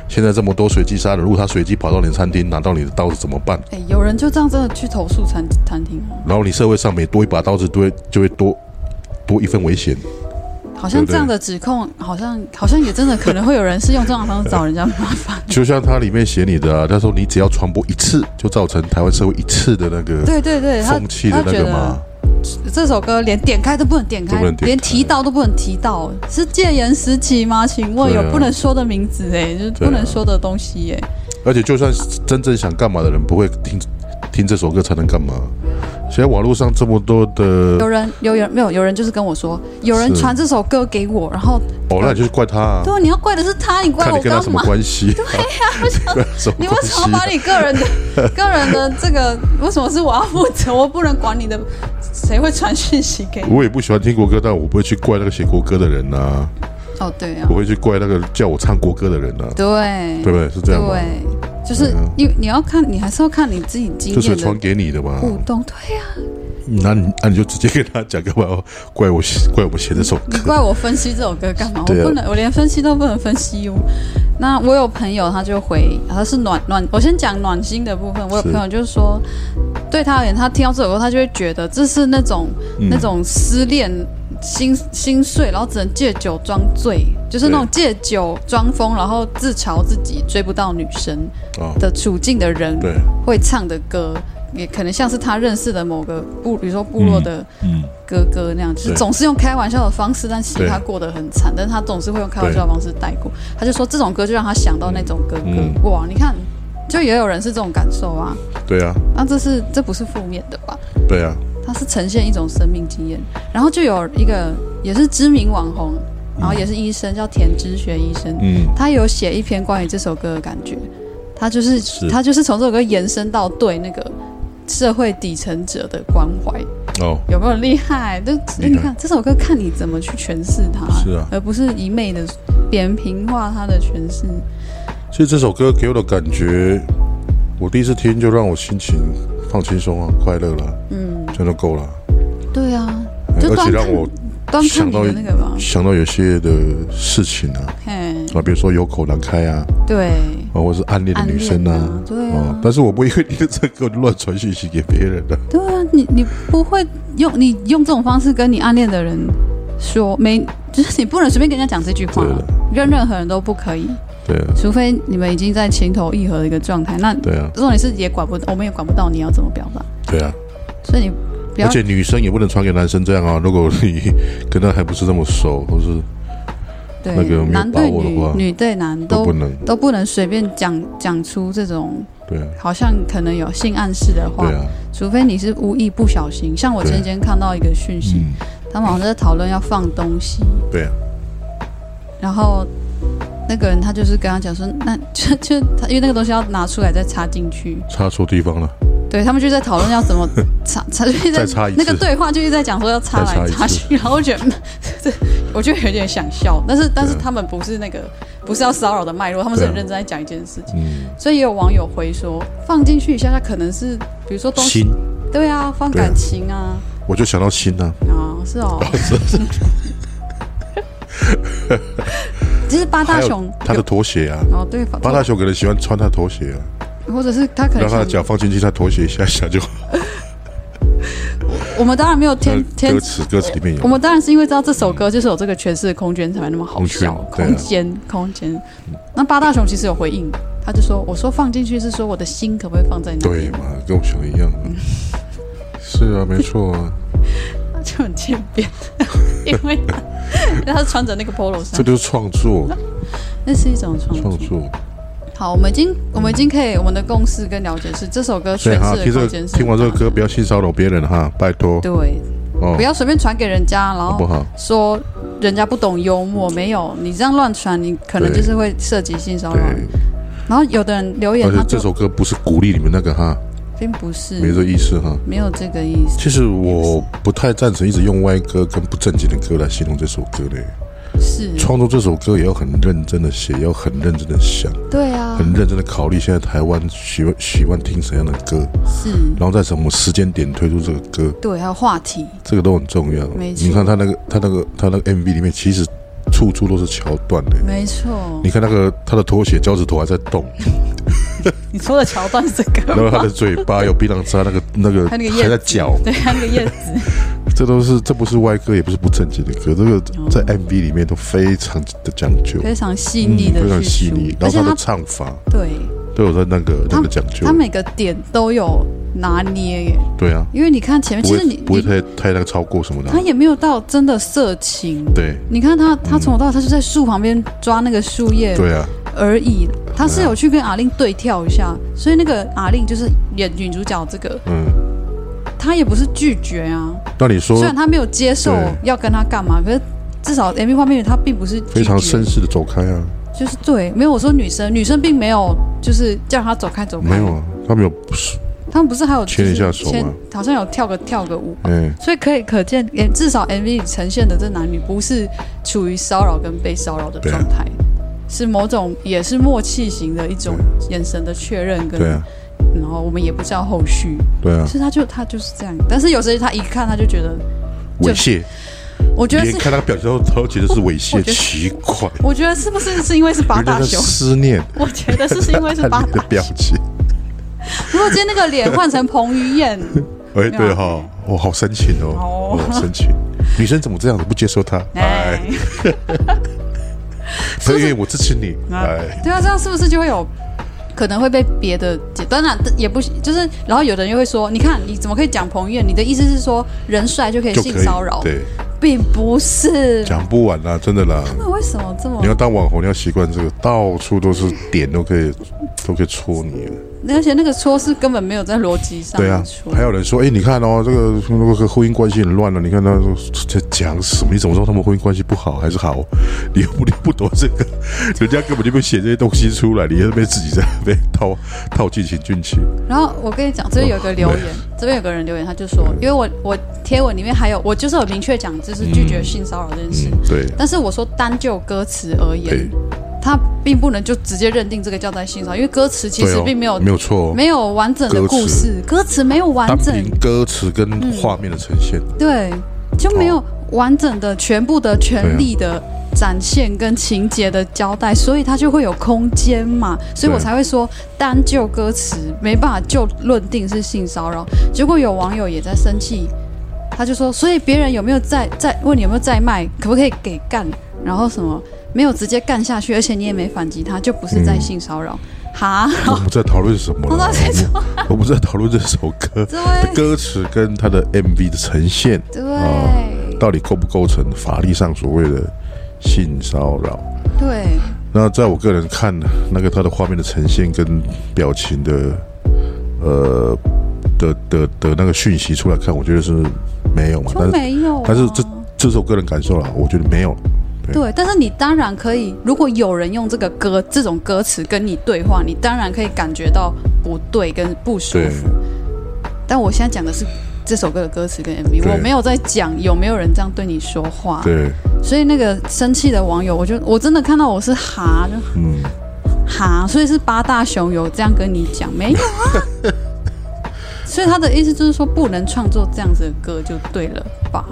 [SPEAKER 1] 现在这么多随机杀人，如果他随机跑到你的餐厅拿到你的刀子怎么办？
[SPEAKER 2] 哎、有人就这样真的去投诉餐餐厅啊，
[SPEAKER 1] 然后你社会上每多一把刀子，都会就会多多一份危险。
[SPEAKER 2] 好
[SPEAKER 1] 对
[SPEAKER 2] 像
[SPEAKER 1] 不对
[SPEAKER 2] 这样的指控，好像好像也真的可能会有人是用这种方式找人家 麻烦。
[SPEAKER 1] 就像他里面写你的、啊，他说你只要传播一次，就造成台湾社会一次的那个
[SPEAKER 2] 对对对，他
[SPEAKER 1] 风气的
[SPEAKER 2] 他
[SPEAKER 1] 那
[SPEAKER 2] 觉
[SPEAKER 1] 个嘛
[SPEAKER 2] 得。这首歌连点开都不能点开，
[SPEAKER 1] 都不能点开
[SPEAKER 2] 连提到都不能提到，是戒严时期吗？请问
[SPEAKER 1] 对啊
[SPEAKER 2] 有不能说的名字哎、就是
[SPEAKER 1] 对啊
[SPEAKER 2] 不能说的东西哎、
[SPEAKER 1] 而且就算是真正想干嘛的人，不会听听这首歌才能干嘛。现在网络上这么多的，
[SPEAKER 2] 有人有人没有？有人就是跟我说，有人
[SPEAKER 1] 是
[SPEAKER 2] 传这首歌给我，然后
[SPEAKER 1] 哦，那你就是怪他、啊，
[SPEAKER 2] 对啊，你要怪的是他，你怪
[SPEAKER 1] 看
[SPEAKER 2] 我
[SPEAKER 1] 你跟他
[SPEAKER 2] 干
[SPEAKER 1] 什么
[SPEAKER 2] 嘛？啊
[SPEAKER 1] 关系？对呀、 什么
[SPEAKER 2] 你为
[SPEAKER 1] 关
[SPEAKER 2] 什么
[SPEAKER 1] 系啊
[SPEAKER 2] 把？你个人 的、个人的这个，为什么是我要负责？我不能管你的，谁会传讯息给你？
[SPEAKER 1] 我也不喜欢听国歌，但我不会去怪那个写国歌的人呐、啊，
[SPEAKER 2] 哦，对啊
[SPEAKER 1] 我，会去怪那个叫我唱国歌的人呐、啊，
[SPEAKER 2] 对
[SPEAKER 1] 对不对？是这样吗？
[SPEAKER 2] 对，就是
[SPEAKER 1] 对啊
[SPEAKER 2] 你你要看，你还是要看你自己经
[SPEAKER 1] 这是
[SPEAKER 2] 验
[SPEAKER 1] 传
[SPEAKER 2] 的
[SPEAKER 1] 给你的嘛？
[SPEAKER 2] 互动。对呀、
[SPEAKER 1] 那你那你就直接跟他讲，干嘛要怪我写怪我写这首
[SPEAKER 2] 你
[SPEAKER 1] 歌？
[SPEAKER 2] 怪我分析这首歌干嘛？我
[SPEAKER 1] 对啊
[SPEAKER 2] 不能，我连分析都不能分析哟。那我有朋友，他就回，他是暖暖，我先讲暖心的部分。我有
[SPEAKER 1] 是
[SPEAKER 2] 朋友就是说，对他而言，他听到这首歌，他就会觉得这是那种、嗯
[SPEAKER 1] 嗯
[SPEAKER 2] 那种失恋心心碎，然后只能借酒装醉，就是那种借酒装疯，然后自嘲自己追不到女生
[SPEAKER 1] 啊、
[SPEAKER 2] 的处境的人
[SPEAKER 1] 对，
[SPEAKER 2] 会唱的歌，也可能像是他认识的某个部，比如说部落的
[SPEAKER 1] 嗯，
[SPEAKER 2] 哥哥那样，就是
[SPEAKER 1] 对
[SPEAKER 2] 总是用开玩笑的方式，但其实
[SPEAKER 1] 对
[SPEAKER 2] 他过得很惨，但是他总是会用开玩笑的方式带过。他就说这种歌就让他想到那种哥哥，
[SPEAKER 1] 嗯
[SPEAKER 2] 哇，你看，就也有人是这种感受啊。
[SPEAKER 1] 对啊，
[SPEAKER 2] 那这是这不是负面的吧？
[SPEAKER 1] 对啊，
[SPEAKER 2] 它是呈现一种生命经验。然后就有一个也是知名网红，然后也是医生，叫田知学医生，
[SPEAKER 1] 嗯，
[SPEAKER 2] 他有写一篇关于这首歌的感觉，他就是
[SPEAKER 1] 是
[SPEAKER 2] 他就是从这首歌延伸到对那个社会底层者的关怀。
[SPEAKER 1] 哦，
[SPEAKER 2] 有没有厉害？就
[SPEAKER 1] 厉害
[SPEAKER 2] 你看这首歌，看你怎么去诠释它，
[SPEAKER 1] 是啊
[SPEAKER 2] 而不是一昧的扁平化它的诠释。
[SPEAKER 1] 其实这首歌给我的感觉，我第一次听就让我心情放轻松啊，快乐了，
[SPEAKER 2] 嗯，
[SPEAKER 1] 真的够了。哎
[SPEAKER 2] 对啊，就
[SPEAKER 1] 而
[SPEAKER 2] 端
[SPEAKER 1] 且让
[SPEAKER 2] 看嗯
[SPEAKER 1] 我
[SPEAKER 2] 端看
[SPEAKER 1] 想
[SPEAKER 2] 你
[SPEAKER 1] 到
[SPEAKER 2] 的那个吧，
[SPEAKER 1] 想到有些的事情啊，
[SPEAKER 2] 嘿，
[SPEAKER 1] 啊，比如说有口难开啊，
[SPEAKER 2] 对，
[SPEAKER 1] 啊，啊，或是暗恋的
[SPEAKER 2] 暗
[SPEAKER 1] 女
[SPEAKER 2] 恋
[SPEAKER 1] 生呐、
[SPEAKER 2] 啊对啊
[SPEAKER 1] 但是我不会因为你的这个我就乱传讯息给别人的、
[SPEAKER 2] 对啊，你你不会用你用这种方式跟你暗恋的人说，没就是你不能随便跟人家讲这句话
[SPEAKER 1] 对
[SPEAKER 2] 了，跟任何人都不可以，
[SPEAKER 1] 对啊，
[SPEAKER 2] 除非你们已经在情投意合的一个状态。那
[SPEAKER 1] 对啊，
[SPEAKER 2] 重点是也管不，我们也管不到你要怎么表达，
[SPEAKER 1] 对啊，
[SPEAKER 2] 所以你不要
[SPEAKER 1] 而且女生也不能传给男生这样啊。如果你跟他还不是那么熟，或是
[SPEAKER 2] 对
[SPEAKER 1] 那个没有
[SPEAKER 2] 男
[SPEAKER 1] 把
[SPEAKER 2] 对
[SPEAKER 1] 握的
[SPEAKER 2] 女
[SPEAKER 1] 话、
[SPEAKER 2] 女对男
[SPEAKER 1] 都
[SPEAKER 2] 都
[SPEAKER 1] 不能，
[SPEAKER 2] 都不能随便讲讲出这种
[SPEAKER 1] 对啊，
[SPEAKER 2] 好像可能有性暗示的话
[SPEAKER 1] 对，啊，
[SPEAKER 2] 除非你是无意不小心。像我
[SPEAKER 1] 对啊
[SPEAKER 2] 前几天看到一个讯息，
[SPEAKER 1] 嗯，
[SPEAKER 2] 他们好像在讨论要放东西，
[SPEAKER 1] 对啊，
[SPEAKER 2] 然后那个人他就是跟他讲说，那就就他因为那个东西要拿出来再插进去，
[SPEAKER 1] 插错地方了，
[SPEAKER 2] 对他们就在讨论要怎么 插插，就一直
[SPEAKER 1] 再
[SPEAKER 2] 在
[SPEAKER 1] 插一次，
[SPEAKER 2] 那个对话就一直在讲说要插
[SPEAKER 1] 再插
[SPEAKER 2] 来
[SPEAKER 1] 一
[SPEAKER 2] 插
[SPEAKER 1] 次
[SPEAKER 2] 去，然后我觉得 嗯这我就有点想笑，但是但是
[SPEAKER 1] 对啊
[SPEAKER 2] 他们不是那个不是要骚扰的脉络，他们是
[SPEAKER 1] 对啊
[SPEAKER 2] 很认真在讲一件事情，
[SPEAKER 1] 嗯，
[SPEAKER 2] 所以也有网友回说放进去一下下可能是比如说东西
[SPEAKER 1] 心，
[SPEAKER 2] 对啊放
[SPEAKER 1] 对啊
[SPEAKER 2] 感情啊
[SPEAKER 1] 我就想到心啊，
[SPEAKER 2] 啊是哦， 其实八大
[SPEAKER 1] 还有
[SPEAKER 2] 熊
[SPEAKER 1] 他的拖鞋啊，
[SPEAKER 2] 哦对
[SPEAKER 1] 八大熊可能喜欢穿他拖鞋啊，
[SPEAKER 2] 或者是他可能
[SPEAKER 1] 让他的
[SPEAKER 2] 想
[SPEAKER 1] 脚放进去，他拖鞋一下下就好。
[SPEAKER 2] 我们当然没有 天
[SPEAKER 1] 那
[SPEAKER 2] 天
[SPEAKER 1] 歌，词歌词里面
[SPEAKER 2] 我
[SPEAKER 1] 有，
[SPEAKER 2] 们当然是因为知道这首歌就是有这个诠释的空间才会那么好笑。
[SPEAKER 1] 空间对啊
[SPEAKER 2] 空间，空间。那八大雄其实有回应，他就说：“我说放进去是说我的心可不可以放在那
[SPEAKER 1] 对
[SPEAKER 2] 里
[SPEAKER 1] 嘛，跟我想的一样啊。
[SPEAKER 2] 嗯
[SPEAKER 1] 是啊，没错啊，？”
[SPEAKER 2] 他就很欠扁， 因为他因为他是穿着那个 polo
[SPEAKER 1] 这
[SPEAKER 2] 衫，
[SPEAKER 1] 就是创作，
[SPEAKER 2] 嗯那是一种创
[SPEAKER 1] 创
[SPEAKER 2] 作。
[SPEAKER 1] 作。
[SPEAKER 2] 好，我们已经我们已经可以我们的共识跟了解是这首歌诠
[SPEAKER 1] 所以哈，
[SPEAKER 2] 释
[SPEAKER 1] 听这
[SPEAKER 2] 的空
[SPEAKER 1] 个
[SPEAKER 2] 间是
[SPEAKER 1] 啊听完这个
[SPEAKER 2] 大
[SPEAKER 1] 歌，不要性骚扰别人哈，拜托
[SPEAKER 2] 的，对，
[SPEAKER 1] 哦
[SPEAKER 2] 不，要随便传给人家，然
[SPEAKER 1] 好不
[SPEAKER 2] 后
[SPEAKER 1] 好？
[SPEAKER 2] 说人家不懂幽默，没有你这样乱传，你可能
[SPEAKER 1] 对
[SPEAKER 2] 就是会涉及性骚扰人。
[SPEAKER 1] 对，
[SPEAKER 2] 然后有的人留言
[SPEAKER 1] 而
[SPEAKER 2] 他
[SPEAKER 1] 且这
[SPEAKER 2] 就嗯
[SPEAKER 1] 首歌不是鼓励你们那个哈，
[SPEAKER 2] 并不是
[SPEAKER 1] 没这意思哈。
[SPEAKER 2] 没有这个意思，
[SPEAKER 1] 其实我不太赞成一直用歪歌跟不正经的歌来形容这首歌嘞。
[SPEAKER 2] 是
[SPEAKER 1] 创作这首歌也要很认真的写，也要很认真的想，
[SPEAKER 2] 对啊，
[SPEAKER 1] 很认真的考虑现在台湾喜欢喜欢听什么样的歌，
[SPEAKER 2] 是
[SPEAKER 1] 然后在什么时间点推出这个歌，
[SPEAKER 2] 对，还有话题，
[SPEAKER 1] 这个都很重要。
[SPEAKER 2] 没错
[SPEAKER 1] 你看他那个他那个他那个 MV 里面，其实处处都是桥段嘞。
[SPEAKER 2] 没错
[SPEAKER 1] 你。看那个他的拖鞋脚趾头还在动，
[SPEAKER 2] 你说的桥段是这
[SPEAKER 1] 然后
[SPEAKER 2] 个
[SPEAKER 1] 他
[SPEAKER 2] 吗
[SPEAKER 1] 的？嘴巴有槟榔渣，那个那个
[SPEAKER 2] 还有那个叶子
[SPEAKER 1] 还在嚼，
[SPEAKER 2] 对，还有那个叶子，
[SPEAKER 1] 这都是这不是歪歌，也不是不正经的歌，这个
[SPEAKER 2] 哦
[SPEAKER 1] 在 MV 里面都非常的讲究，
[SPEAKER 2] 非常细
[SPEAKER 1] 嗯
[SPEAKER 2] 腻的
[SPEAKER 1] 非常
[SPEAKER 2] 叙
[SPEAKER 1] 细
[SPEAKER 2] 述
[SPEAKER 1] 腻，，
[SPEAKER 2] 而
[SPEAKER 1] 然
[SPEAKER 2] 且
[SPEAKER 1] 后他
[SPEAKER 2] 他
[SPEAKER 1] 的唱法
[SPEAKER 2] 对
[SPEAKER 1] 都有在那个
[SPEAKER 2] 他
[SPEAKER 1] 那个讲究
[SPEAKER 2] 他，每个点都有拿捏耶，
[SPEAKER 1] 对啊，
[SPEAKER 2] 因为你看前面，
[SPEAKER 1] 不
[SPEAKER 2] 哎其实
[SPEAKER 1] 会
[SPEAKER 2] 你
[SPEAKER 1] 不会
[SPEAKER 2] 你
[SPEAKER 1] 太太那个超过什么的啊
[SPEAKER 2] 他，也没有到真的色情。
[SPEAKER 1] 对
[SPEAKER 2] 你看他，他从头到尾他就在树旁边抓那个树叶，
[SPEAKER 1] 对啊，
[SPEAKER 2] 而已。他是
[SPEAKER 1] 对啊
[SPEAKER 2] 有去跟阿令对跳一下，所以那个阿令就是演女主角这个，
[SPEAKER 1] 嗯，
[SPEAKER 2] 她也不是拒绝啊。
[SPEAKER 1] 那你说
[SPEAKER 2] 虽然她没有接受
[SPEAKER 1] 对
[SPEAKER 2] 要跟他干嘛，可是至少 MV 画面她并不是拒绝
[SPEAKER 1] 非常绅，士的走开啊，
[SPEAKER 2] 就是对，没有我说女生，女生并没有就是叫她走开走
[SPEAKER 1] 没
[SPEAKER 2] 开，
[SPEAKER 1] 有，啊，他没有，
[SPEAKER 2] 他们不是还有
[SPEAKER 1] 牵
[SPEAKER 2] 就是
[SPEAKER 1] 一下手吗
[SPEAKER 2] 牵好像有跳个跳个舞。
[SPEAKER 1] 哎，
[SPEAKER 2] 所以可以可见，也至少 MV 里呈现的这男女不是处于骚扰跟被骚扰的
[SPEAKER 1] 对啊
[SPEAKER 2] 状态，是某种也是默契型的一种眼神的确认跟
[SPEAKER 1] 对啊，
[SPEAKER 2] 然后我们也不知道后续，
[SPEAKER 1] 对啊，
[SPEAKER 2] 所以他就他就是这样。但是有时候他一看他就觉得，就
[SPEAKER 1] 啊猥亵，
[SPEAKER 2] 我觉得
[SPEAKER 1] 连
[SPEAKER 2] 是，
[SPEAKER 1] 看他的表情都都觉得是猥
[SPEAKER 2] 我
[SPEAKER 1] 亵
[SPEAKER 2] 觉，得
[SPEAKER 1] 奇怪，
[SPEAKER 2] 我觉得是不是是因为是八
[SPEAKER 1] 人 家
[SPEAKER 2] 大
[SPEAKER 1] 在
[SPEAKER 2] 熊？
[SPEAKER 1] 思念。
[SPEAKER 2] 我觉得是是因为是
[SPEAKER 1] 看
[SPEAKER 2] 八
[SPEAKER 1] 你的
[SPEAKER 2] 大
[SPEAKER 1] 表
[SPEAKER 2] 熊。
[SPEAKER 1] 情，
[SPEAKER 2] 如果今天那个脸换成彭于晏，
[SPEAKER 1] 哎，
[SPEAKER 2] 没有
[SPEAKER 1] 对
[SPEAKER 2] 啊
[SPEAKER 1] 哈、我好深情哦，我
[SPEAKER 2] 哦
[SPEAKER 1] 好深情。女生怎么这样子不接受他？
[SPEAKER 2] 哎
[SPEAKER 1] 哎，，所以我支持你。哎，
[SPEAKER 2] 对啊，这样是不是就会有可能会被别的解？当然也不就是，然后有的人又会说，你看你怎么可以讲彭于晏？你的意思是说人帅就可以
[SPEAKER 1] 就可以
[SPEAKER 2] 性骚扰？
[SPEAKER 1] 对，
[SPEAKER 2] 并不是。
[SPEAKER 1] 讲不完啦，真的啦。
[SPEAKER 2] 那为什么这么
[SPEAKER 1] 你？要当网红，你要习惯这个，到处都是点，都可以，都可以戳你。
[SPEAKER 2] 而且那个戳是根本没有在逻辑上
[SPEAKER 1] 对啊
[SPEAKER 2] 戳，
[SPEAKER 1] 还有人说，哎，你看哦，这个那个婚姻关系很乱啊了，你看他在讲什么？你怎么知道他们婚姻关系不好还是好？你又不你又不懂这个，人家根本就没写这些东西出来，你在那边自己在那边套套进行进去。
[SPEAKER 2] 然后我跟你讲，这边有个留言，
[SPEAKER 1] 哦
[SPEAKER 2] 这边有个人留言，他就说，
[SPEAKER 1] 嗯
[SPEAKER 2] 因为我我贴文里面还有，我就是有明确讲，就是拒绝性骚扰这件事。
[SPEAKER 1] 嗯，对。
[SPEAKER 2] 但是我说单就歌词而言
[SPEAKER 1] 对，
[SPEAKER 2] 他并不能就直接认定这个叫做性骚扰，因为歌词其
[SPEAKER 1] 对
[SPEAKER 2] 实
[SPEAKER 1] 哦
[SPEAKER 2] 并没有、
[SPEAKER 1] 没有错哦，
[SPEAKER 2] 没有完整的故事，歌词没有完
[SPEAKER 1] 单
[SPEAKER 2] 整，嗯
[SPEAKER 1] 凭歌词跟画面的呈现，
[SPEAKER 2] 对，就没有完整的全部的权利的展现跟情节的交代，所以它就会有空间嘛，所以我
[SPEAKER 1] 对
[SPEAKER 2] 才会说单就歌词没办法就论定是性骚扰。结果有网友也在生气，他就说，所以别人有没有在在问你有没有在卖，可不可以给干，然后什么没有直接干下去，而且你也没反击他，就不是在性骚扰。哈，
[SPEAKER 1] 我们在讨论什么
[SPEAKER 2] 我
[SPEAKER 1] 了
[SPEAKER 2] 到底在说？
[SPEAKER 1] 我们在讨论这首歌
[SPEAKER 2] 对
[SPEAKER 1] 的歌词跟它的 MV 的呈现，
[SPEAKER 2] 对、哦
[SPEAKER 1] 到底构不构成法律上所谓的性骚扰？
[SPEAKER 2] 对，
[SPEAKER 1] 那在我个人看，那个他的画面的呈现跟表情的，呃的的的那个讯息出来看，我觉得是没有嘛。
[SPEAKER 2] 就
[SPEAKER 1] 但是
[SPEAKER 2] 没有、啊。
[SPEAKER 1] 但是这这是我个人感受啦，我觉得没有。
[SPEAKER 2] 对，但是你当然可以，如果有人用这个歌这种歌词跟你对话，你当然可以感觉到不对跟不舒
[SPEAKER 1] 对
[SPEAKER 2] 服。但我现在讲的是这首歌的歌词跟 MV，
[SPEAKER 1] 对
[SPEAKER 2] 我没有在讲有没有人这样对你说话。
[SPEAKER 1] 对，
[SPEAKER 2] 所以那个生气的网友，我就我真的看到我是哈就
[SPEAKER 1] 嗯，
[SPEAKER 2] 哈，所以是八大熊有这样跟你讲没有啊？ 所以他的意思就是说，不能创作这样子的歌就对了吧？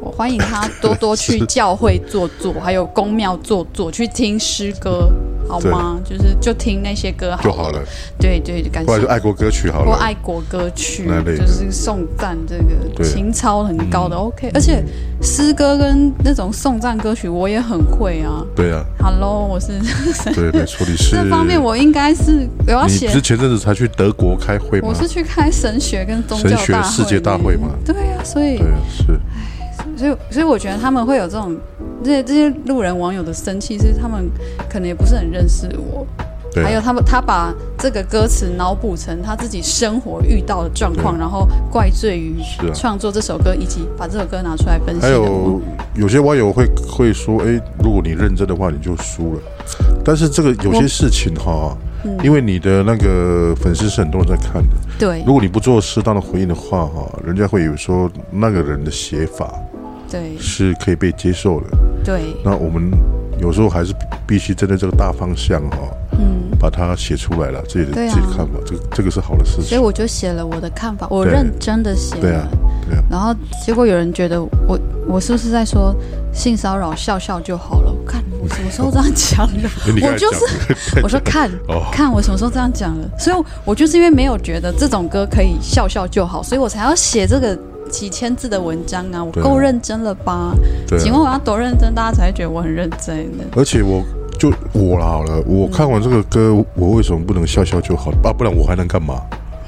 [SPEAKER 2] 我欢迎他多多去
[SPEAKER 1] 是
[SPEAKER 2] 教会坐坐，还有宫庙坐坐，去听诗歌好吗？就是就听那些歌好
[SPEAKER 1] 嗯就好了，
[SPEAKER 2] 对对，感
[SPEAKER 1] 不然
[SPEAKER 2] 谢
[SPEAKER 1] 就。爱国歌曲好
[SPEAKER 2] 或
[SPEAKER 1] 了。
[SPEAKER 2] 爱国歌曲
[SPEAKER 1] 那类，的
[SPEAKER 2] 就是颂赞这个
[SPEAKER 1] 对嗯
[SPEAKER 2] 情操很高的 OK，而且诗歌跟那种颂赞歌曲我也很会啊。
[SPEAKER 1] 对啊，
[SPEAKER 2] Hello，我是
[SPEAKER 1] 对对，说你是
[SPEAKER 2] 这方面我应该是我要
[SPEAKER 1] 你
[SPEAKER 2] 写
[SPEAKER 1] 不是前阵子才去德国开会吗
[SPEAKER 2] 我？是去开神学跟宗教
[SPEAKER 1] 神学
[SPEAKER 2] 大会
[SPEAKER 1] 世界大会嘛
[SPEAKER 2] 对呀、所以
[SPEAKER 1] 对，啊是，
[SPEAKER 2] 所以所以我觉得他们会有这种这些这些路人网友的生气，是他们可能也不是很认识我，
[SPEAKER 1] 对
[SPEAKER 2] 还有
[SPEAKER 1] 啊，
[SPEAKER 2] 他们他把这个歌词脑补成他自己生活遇到的状况，然后怪罪于
[SPEAKER 1] 是啊
[SPEAKER 2] 创作这首歌，以及把这首歌拿出来分析。
[SPEAKER 1] 还有有些网友会会说，哎，如果你认真的话，你就输了。但是这个有些事情哈，
[SPEAKER 2] 嗯
[SPEAKER 1] 因为你的那个粉丝是很多人在看的，
[SPEAKER 2] 对
[SPEAKER 1] 如果你不做适当的回应的话哈，人家会以为说那个人的写法
[SPEAKER 2] 对
[SPEAKER 1] 是可以被接受的。
[SPEAKER 2] 对
[SPEAKER 1] 那我们有时候还是必须针对这个大方向哈，嗯，把它写出来了，自己的、
[SPEAKER 2] 对啊
[SPEAKER 1] 自己的看法，这个这个是好的事
[SPEAKER 2] 所以
[SPEAKER 1] 情。
[SPEAKER 2] 我就写了我的看法，我
[SPEAKER 1] 对
[SPEAKER 2] 认真的写了。
[SPEAKER 1] 对啊，对啊，
[SPEAKER 2] 然后结果有人觉得我我是不是在说性骚扰笑笑就好了？看我什么时候这样讲的？
[SPEAKER 1] 诶 你刚才
[SPEAKER 2] 我就
[SPEAKER 1] 讲
[SPEAKER 2] 是 我说看、
[SPEAKER 1] 哦
[SPEAKER 2] 看我什么时候这样讲了？所以我，我就是因为没有觉得这种歌可以笑笑就好，所以我才要写这个几千字的文章啊！我
[SPEAKER 1] 对啊
[SPEAKER 2] 够认真了吧？
[SPEAKER 1] 对啊
[SPEAKER 2] 请问我要多认真，大家才会觉得我很认真 呢？
[SPEAKER 1] 而且我就我啦好了，我看完这个歌，我为什么不能笑笑就好啊？不然我还能干嘛？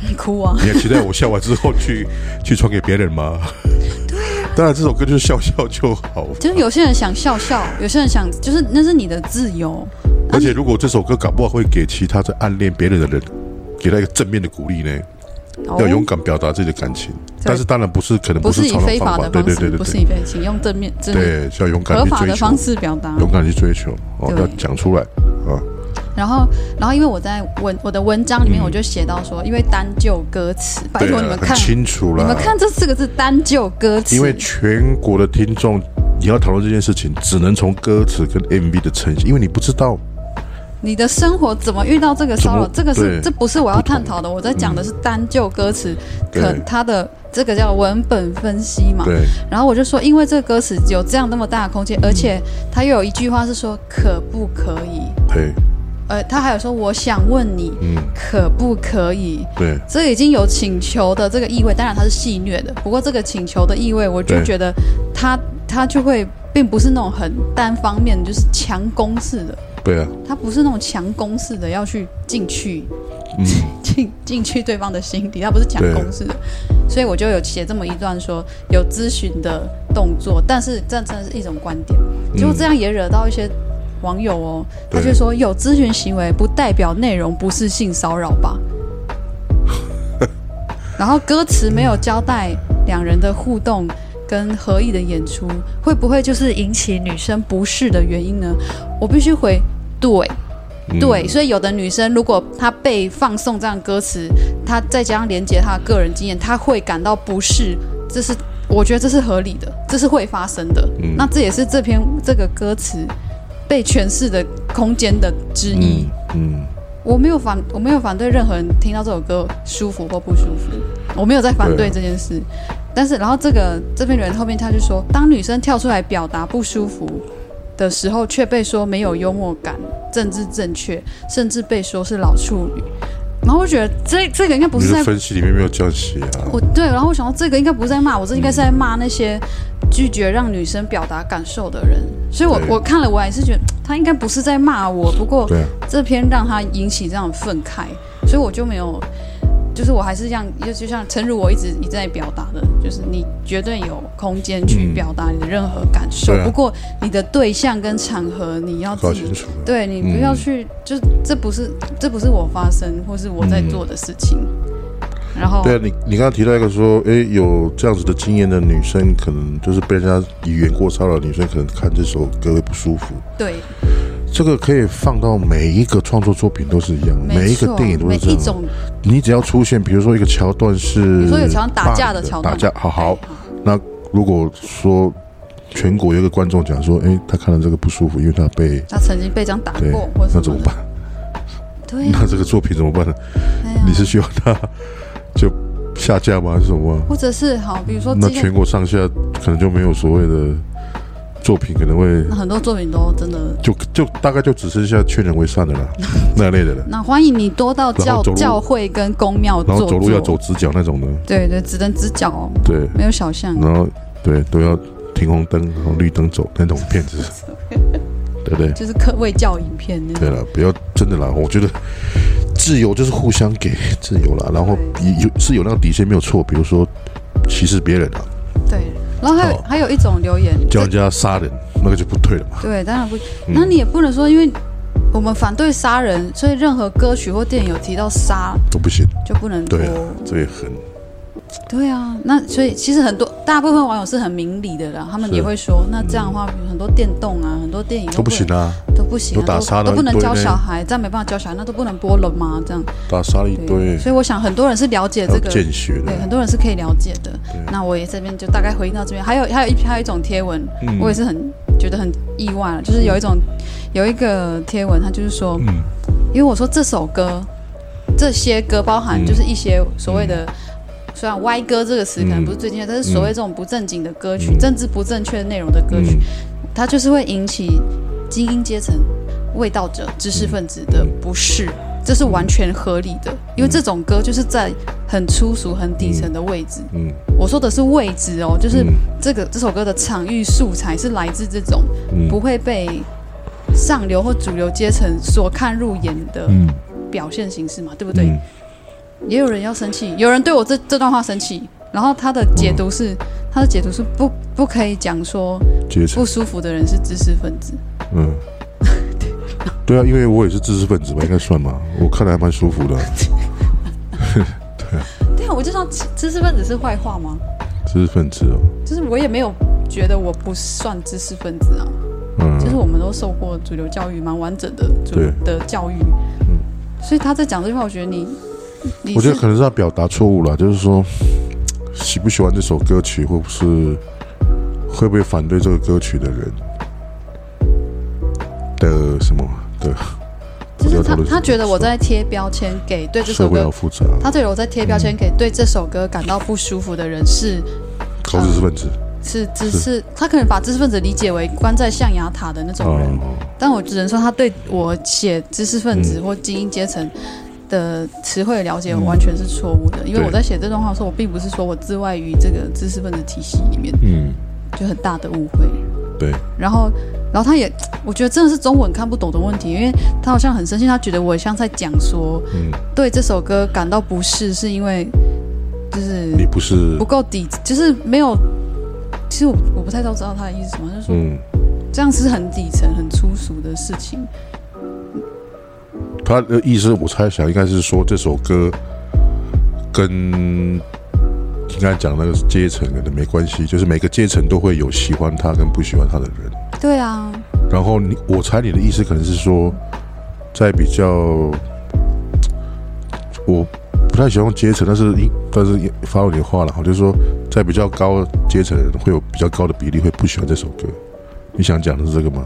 [SPEAKER 2] 你哭啊？
[SPEAKER 1] 你还期待我笑完之后去 去传给别人吗？对、
[SPEAKER 2] 啊
[SPEAKER 1] 当然这首歌就是笑笑就好。
[SPEAKER 2] 就是有些人想笑笑，有些人想，就是那是你的自由。
[SPEAKER 1] 而且如果这首歌搞不好会给其他在暗恋别人的人，给他一个正面的鼓励呢，
[SPEAKER 2] 哦
[SPEAKER 1] 要勇敢表达自己的感情。但是当然不是，可能
[SPEAKER 2] 不
[SPEAKER 1] 是
[SPEAKER 2] 是以
[SPEAKER 1] 嘲弄
[SPEAKER 2] 非法
[SPEAKER 1] 法，
[SPEAKER 2] 的
[SPEAKER 1] 对
[SPEAKER 2] 方
[SPEAKER 1] 对对
[SPEAKER 2] 式，
[SPEAKER 1] 对
[SPEAKER 2] 不是
[SPEAKER 1] 对，
[SPEAKER 2] 以非，请用正面正面
[SPEAKER 1] 对是要勇敢
[SPEAKER 2] 合
[SPEAKER 1] 去
[SPEAKER 2] 法
[SPEAKER 1] 追
[SPEAKER 2] 的
[SPEAKER 1] 求嗯
[SPEAKER 2] 方，式表达。
[SPEAKER 1] 勇敢去追求哦，
[SPEAKER 2] 对
[SPEAKER 1] 要讲出来啊，
[SPEAKER 2] 然后，然后因为我在文我的文章里面，我就写到说，因为单就歌词，拜
[SPEAKER 1] 对
[SPEAKER 2] 托
[SPEAKER 1] 啊
[SPEAKER 2] 你们，
[SPEAKER 1] 很
[SPEAKER 2] 看，
[SPEAKER 1] 清楚
[SPEAKER 2] 你
[SPEAKER 1] 啦
[SPEAKER 2] 们。看这四个字“单就歌词”，
[SPEAKER 1] 因为全国的听众，你要讨论这件事情，只能从歌词跟 MV 的呈现，因为你不知道
[SPEAKER 2] 你的生活怎么遇到这个骚扰，这
[SPEAKER 1] 怎
[SPEAKER 2] 个
[SPEAKER 1] 么
[SPEAKER 2] 是
[SPEAKER 1] 对嗯
[SPEAKER 2] 这不是我要探讨的，我在讲的是单就歌词，
[SPEAKER 1] 对
[SPEAKER 2] 可它的这个叫文本分析嘛。
[SPEAKER 1] 对
[SPEAKER 2] 然后我就说，因为这个歌词有这样那么大的空间，而且它又有一句话是说可不可以，
[SPEAKER 1] 对，
[SPEAKER 2] 呃，他还有说我想问你
[SPEAKER 1] 嗯，
[SPEAKER 2] 可不可以，
[SPEAKER 1] 对
[SPEAKER 2] 这已经有请求的这个意味，当然它是戏谑的，不过这个请求的意味，我就
[SPEAKER 1] 对
[SPEAKER 2] 觉得他他就会并不是那种很单方面，就是强攻式的，
[SPEAKER 1] 对啊，
[SPEAKER 2] 他不是那种强攻式的要去进去，
[SPEAKER 1] 嗯
[SPEAKER 2] 进 进去对方的心底，他不是强攻式的，所以我就有写这么一段说有咨询的动作，但是这真的是一种观点，结果这样也惹到一些。网友哦，他
[SPEAKER 1] 对
[SPEAKER 2] 就说有咨询行为不代表内容不是性骚扰吧？然后歌词没有交代两人的互动跟合意的演出，会不会就是引起女生不适的原因呢？我必须回对。
[SPEAKER 1] 嗯
[SPEAKER 2] 对，所以有的女生如果她被放送这样歌词，她再加上连接她的个人经验，她会感到不适，这是我觉得这是合理的，这是会发生的。
[SPEAKER 1] 嗯
[SPEAKER 2] 那这也是这篇这个歌词被诠释的空间的之一。
[SPEAKER 1] 嗯嗯，
[SPEAKER 2] 我没有反，我没有反对任何人听到这首歌舒服或不舒服，我没有在反对
[SPEAKER 1] 对啊
[SPEAKER 2] 这件事。但是，然后这个这边人后面他就说，当女生跳出来表达不舒服的时候，却被说没有幽默感、政治正确，甚至被说是老处女。然后我觉得这这个应该不
[SPEAKER 1] 你
[SPEAKER 2] 是在
[SPEAKER 1] 的分析里面没有这样写啊。
[SPEAKER 2] 我对，然后我想到这个应该不是在骂我，这应该是在骂那些拒绝让女生表达感受的人。所以我
[SPEAKER 1] 对
[SPEAKER 2] 我看了，我还是觉得他应该不是在骂我，不过
[SPEAKER 1] 对啊，
[SPEAKER 2] 这篇让他引起这样的愤慨，所以我就没有，就是我还是这样，就就像诚如我一直一直在表达的，就是你绝对有空间去
[SPEAKER 1] 嗯
[SPEAKER 2] 表达你的任何感受，
[SPEAKER 1] 对啊
[SPEAKER 2] 不过你的对象跟场合你要
[SPEAKER 1] 搞
[SPEAKER 2] 哦自己
[SPEAKER 1] 清楚了。
[SPEAKER 2] 对你不要
[SPEAKER 1] 嗯
[SPEAKER 2] 去，就这不是这不是我发生或是我在做的事情。然后
[SPEAKER 1] 对啊，你你刚刚提到一个说，诶，有这样子的经验的女生，可能就是被人家语言过骚扰的女生，可能看这首歌会不舒服。
[SPEAKER 2] 对，
[SPEAKER 1] 这个可以放到每一个创作作品都是一样，每
[SPEAKER 2] 没
[SPEAKER 1] 一个
[SPEAKER 2] 错，
[SPEAKER 1] 电影都
[SPEAKER 2] 每
[SPEAKER 1] 是这
[SPEAKER 2] 一
[SPEAKER 1] 样。
[SPEAKER 2] 种，
[SPEAKER 1] 你只要出现，比如说一个桥段是
[SPEAKER 2] 比，如说有常常打架的
[SPEAKER 1] 的
[SPEAKER 2] 桥段，哎
[SPEAKER 1] 打架，好好
[SPEAKER 2] 对。
[SPEAKER 1] 那如果说全国有一个观众讲说，诶，他看了这个不舒服，因为他被
[SPEAKER 2] 他曾经被这样打
[SPEAKER 1] 对
[SPEAKER 2] 过，或者
[SPEAKER 1] 那怎么办？
[SPEAKER 2] 对啊
[SPEAKER 1] 那这个作品怎么办呢？
[SPEAKER 2] 对啊
[SPEAKER 1] 你是希望他就下架吗？还是什么啊？
[SPEAKER 2] 或者是好，比如说
[SPEAKER 1] 那
[SPEAKER 2] 今
[SPEAKER 1] 全
[SPEAKER 2] 天
[SPEAKER 1] 国上下可能就没有所谓的作品，可能会
[SPEAKER 2] 很多作品都真的。
[SPEAKER 1] 就就大概就只剩下劝人为善的 了那类的了。
[SPEAKER 2] 那欢迎你多到
[SPEAKER 1] 然
[SPEAKER 2] 教
[SPEAKER 1] 后走路
[SPEAKER 2] 教会跟宫庙
[SPEAKER 1] 然
[SPEAKER 2] 坐
[SPEAKER 1] 后
[SPEAKER 2] 坐
[SPEAKER 1] 走，路要走直角那种的，
[SPEAKER 2] 对对，只能直角哦，
[SPEAKER 1] 对，
[SPEAKER 2] 没有小巷。
[SPEAKER 1] 然后对都要停红灯，然后绿灯走那种骗子， 对不对？
[SPEAKER 2] 就是科卫教影片那
[SPEAKER 1] 嗯对
[SPEAKER 2] 种，
[SPEAKER 1] 了，不要真的啦，我觉得自由就是互相给自由啦，然后有是有那个底线没有错，比如说歧视别人啊，
[SPEAKER 2] 对。然后还有
[SPEAKER 1] 哦
[SPEAKER 2] 还有一种留言，
[SPEAKER 1] 叫人家杀人，那个就不对了嘛。
[SPEAKER 2] 对，当然不，
[SPEAKER 1] 嗯
[SPEAKER 2] 那你也不能说，因为我们反对杀人，所以任何歌曲或电影有提到杀
[SPEAKER 1] 都不行，
[SPEAKER 2] 就不能播。
[SPEAKER 1] 对啊，这也很
[SPEAKER 2] 对啊，那所以其实很多大部分网友是很明理的啦，他们
[SPEAKER 1] 是
[SPEAKER 2] 也会说，那这样的话，比如很多电动啊，很多电影
[SPEAKER 1] 都不行
[SPEAKER 2] 能
[SPEAKER 1] 啊，
[SPEAKER 2] 都不行啊，
[SPEAKER 1] 都打杀了
[SPEAKER 2] 都不能
[SPEAKER 1] 一堆
[SPEAKER 2] 教
[SPEAKER 1] 呢
[SPEAKER 2] 小孩，这样没办法教小孩，那都不能播了吗？这样
[SPEAKER 1] 打杀了一堆，
[SPEAKER 2] 所以我想很多人是了解
[SPEAKER 1] 还
[SPEAKER 2] 这
[SPEAKER 1] 有
[SPEAKER 2] 个，
[SPEAKER 1] 见血
[SPEAKER 2] 对，
[SPEAKER 1] 的，
[SPEAKER 2] 很多人是可以了解的。那我也这边就大概回应到这边，还有还有一还有一种贴文，
[SPEAKER 1] 嗯
[SPEAKER 2] 我也是很觉得很意外了，就是有一种有一个贴文，他就是说，
[SPEAKER 1] 嗯
[SPEAKER 2] 因为我说这首歌，这些歌包含
[SPEAKER 1] 嗯
[SPEAKER 2] 就是一些所谓的。虽然歪歌这个词可能
[SPEAKER 1] 嗯
[SPEAKER 2] 不是最近的，但是所谓这种不正经的歌曲、
[SPEAKER 1] 嗯
[SPEAKER 2] 政治不正确内容的歌曲，
[SPEAKER 1] 嗯，
[SPEAKER 2] 它就是会引起精英阶层、味道者、知识分子的不适，这是完全合理的，因为这种歌就是在很粗俗、很底层的位置。
[SPEAKER 1] 嗯，
[SPEAKER 2] 我说的是位置哦，就是
[SPEAKER 1] 嗯
[SPEAKER 2] 这个、这首歌的场域素材是来自这种
[SPEAKER 1] 嗯
[SPEAKER 2] 不会被上流或主流阶层所看入眼的
[SPEAKER 1] 嗯，
[SPEAKER 2] 表现形式嘛，对不对？
[SPEAKER 1] 嗯，
[SPEAKER 2] 也有人要生气，有人对我这这段话生气，然后他的解读是，他的解读是不不可以讲说
[SPEAKER 1] 阶层
[SPEAKER 2] 不，舒服的人是知识分子。
[SPEAKER 1] 嗯，对啊，因为我也是知识分子吧，应该算吧，我看来还蛮舒服的啊，
[SPEAKER 2] 对啊，我就说知知识分子是坏话吗？
[SPEAKER 1] 知识分子哦，
[SPEAKER 2] 就是我也没有觉得我不算知识分子啊，
[SPEAKER 1] 嗯，
[SPEAKER 2] 就是我们都受过主流教育，蛮完整的主
[SPEAKER 1] 对嗯
[SPEAKER 2] 的教育。所以他在讲这句话，我觉得你，你
[SPEAKER 1] 我觉得
[SPEAKER 2] 是
[SPEAKER 1] 可能是他表达错误了，就是说喜不喜欢这首歌曲，或是会不会反对这个歌曲的人的什么的
[SPEAKER 2] 就是他
[SPEAKER 1] 我觉得
[SPEAKER 2] 他觉得我在贴标签给对这
[SPEAKER 1] 社
[SPEAKER 2] 首
[SPEAKER 1] 会嗯好
[SPEAKER 2] 歌，
[SPEAKER 1] 复杂，
[SPEAKER 2] 他觉得我在贴标签给对这首歌感到不舒服的人是
[SPEAKER 1] 高知识分子
[SPEAKER 2] 是只是他可能把知识分子理解为关在象牙塔的那种人，
[SPEAKER 1] 哦，
[SPEAKER 2] 但我只能说，他对我写知识分
[SPEAKER 1] 嗯
[SPEAKER 2] 子或精英阶层的词汇了解完全是错误的，因为
[SPEAKER 1] 对
[SPEAKER 2] 我在写这段话的时候，我并不是说我自外于这个知识分子体系里面，
[SPEAKER 1] 嗯，
[SPEAKER 2] 就很大的误会。
[SPEAKER 1] 对，
[SPEAKER 2] 然后，然后他也，我觉得真的是中文看不懂的问题，因为他好像很生气，他觉得我像在讲说
[SPEAKER 1] 嗯，
[SPEAKER 2] 对这首歌感到不适，是因为就是
[SPEAKER 1] 你不是
[SPEAKER 2] 不够底，就是没有。其实我我不太知道他的意思是什么，就是说
[SPEAKER 1] 嗯，
[SPEAKER 2] 这样是很底层、很粗俗的事情。
[SPEAKER 1] 他的意思我猜想应该是说这首歌跟。应该讲那个阶层可能没关系，就是每个阶层都会有喜欢他跟不喜欢他的人。
[SPEAKER 2] 对啊，
[SPEAKER 1] 然后你，我猜你的意思可能是说，在比较，我不太喜欢用阶层，但是一但是也发了你的话了，我就说，在比较高阶层的人会有比较高的比例会不喜欢这首歌。你想讲的是这个吗？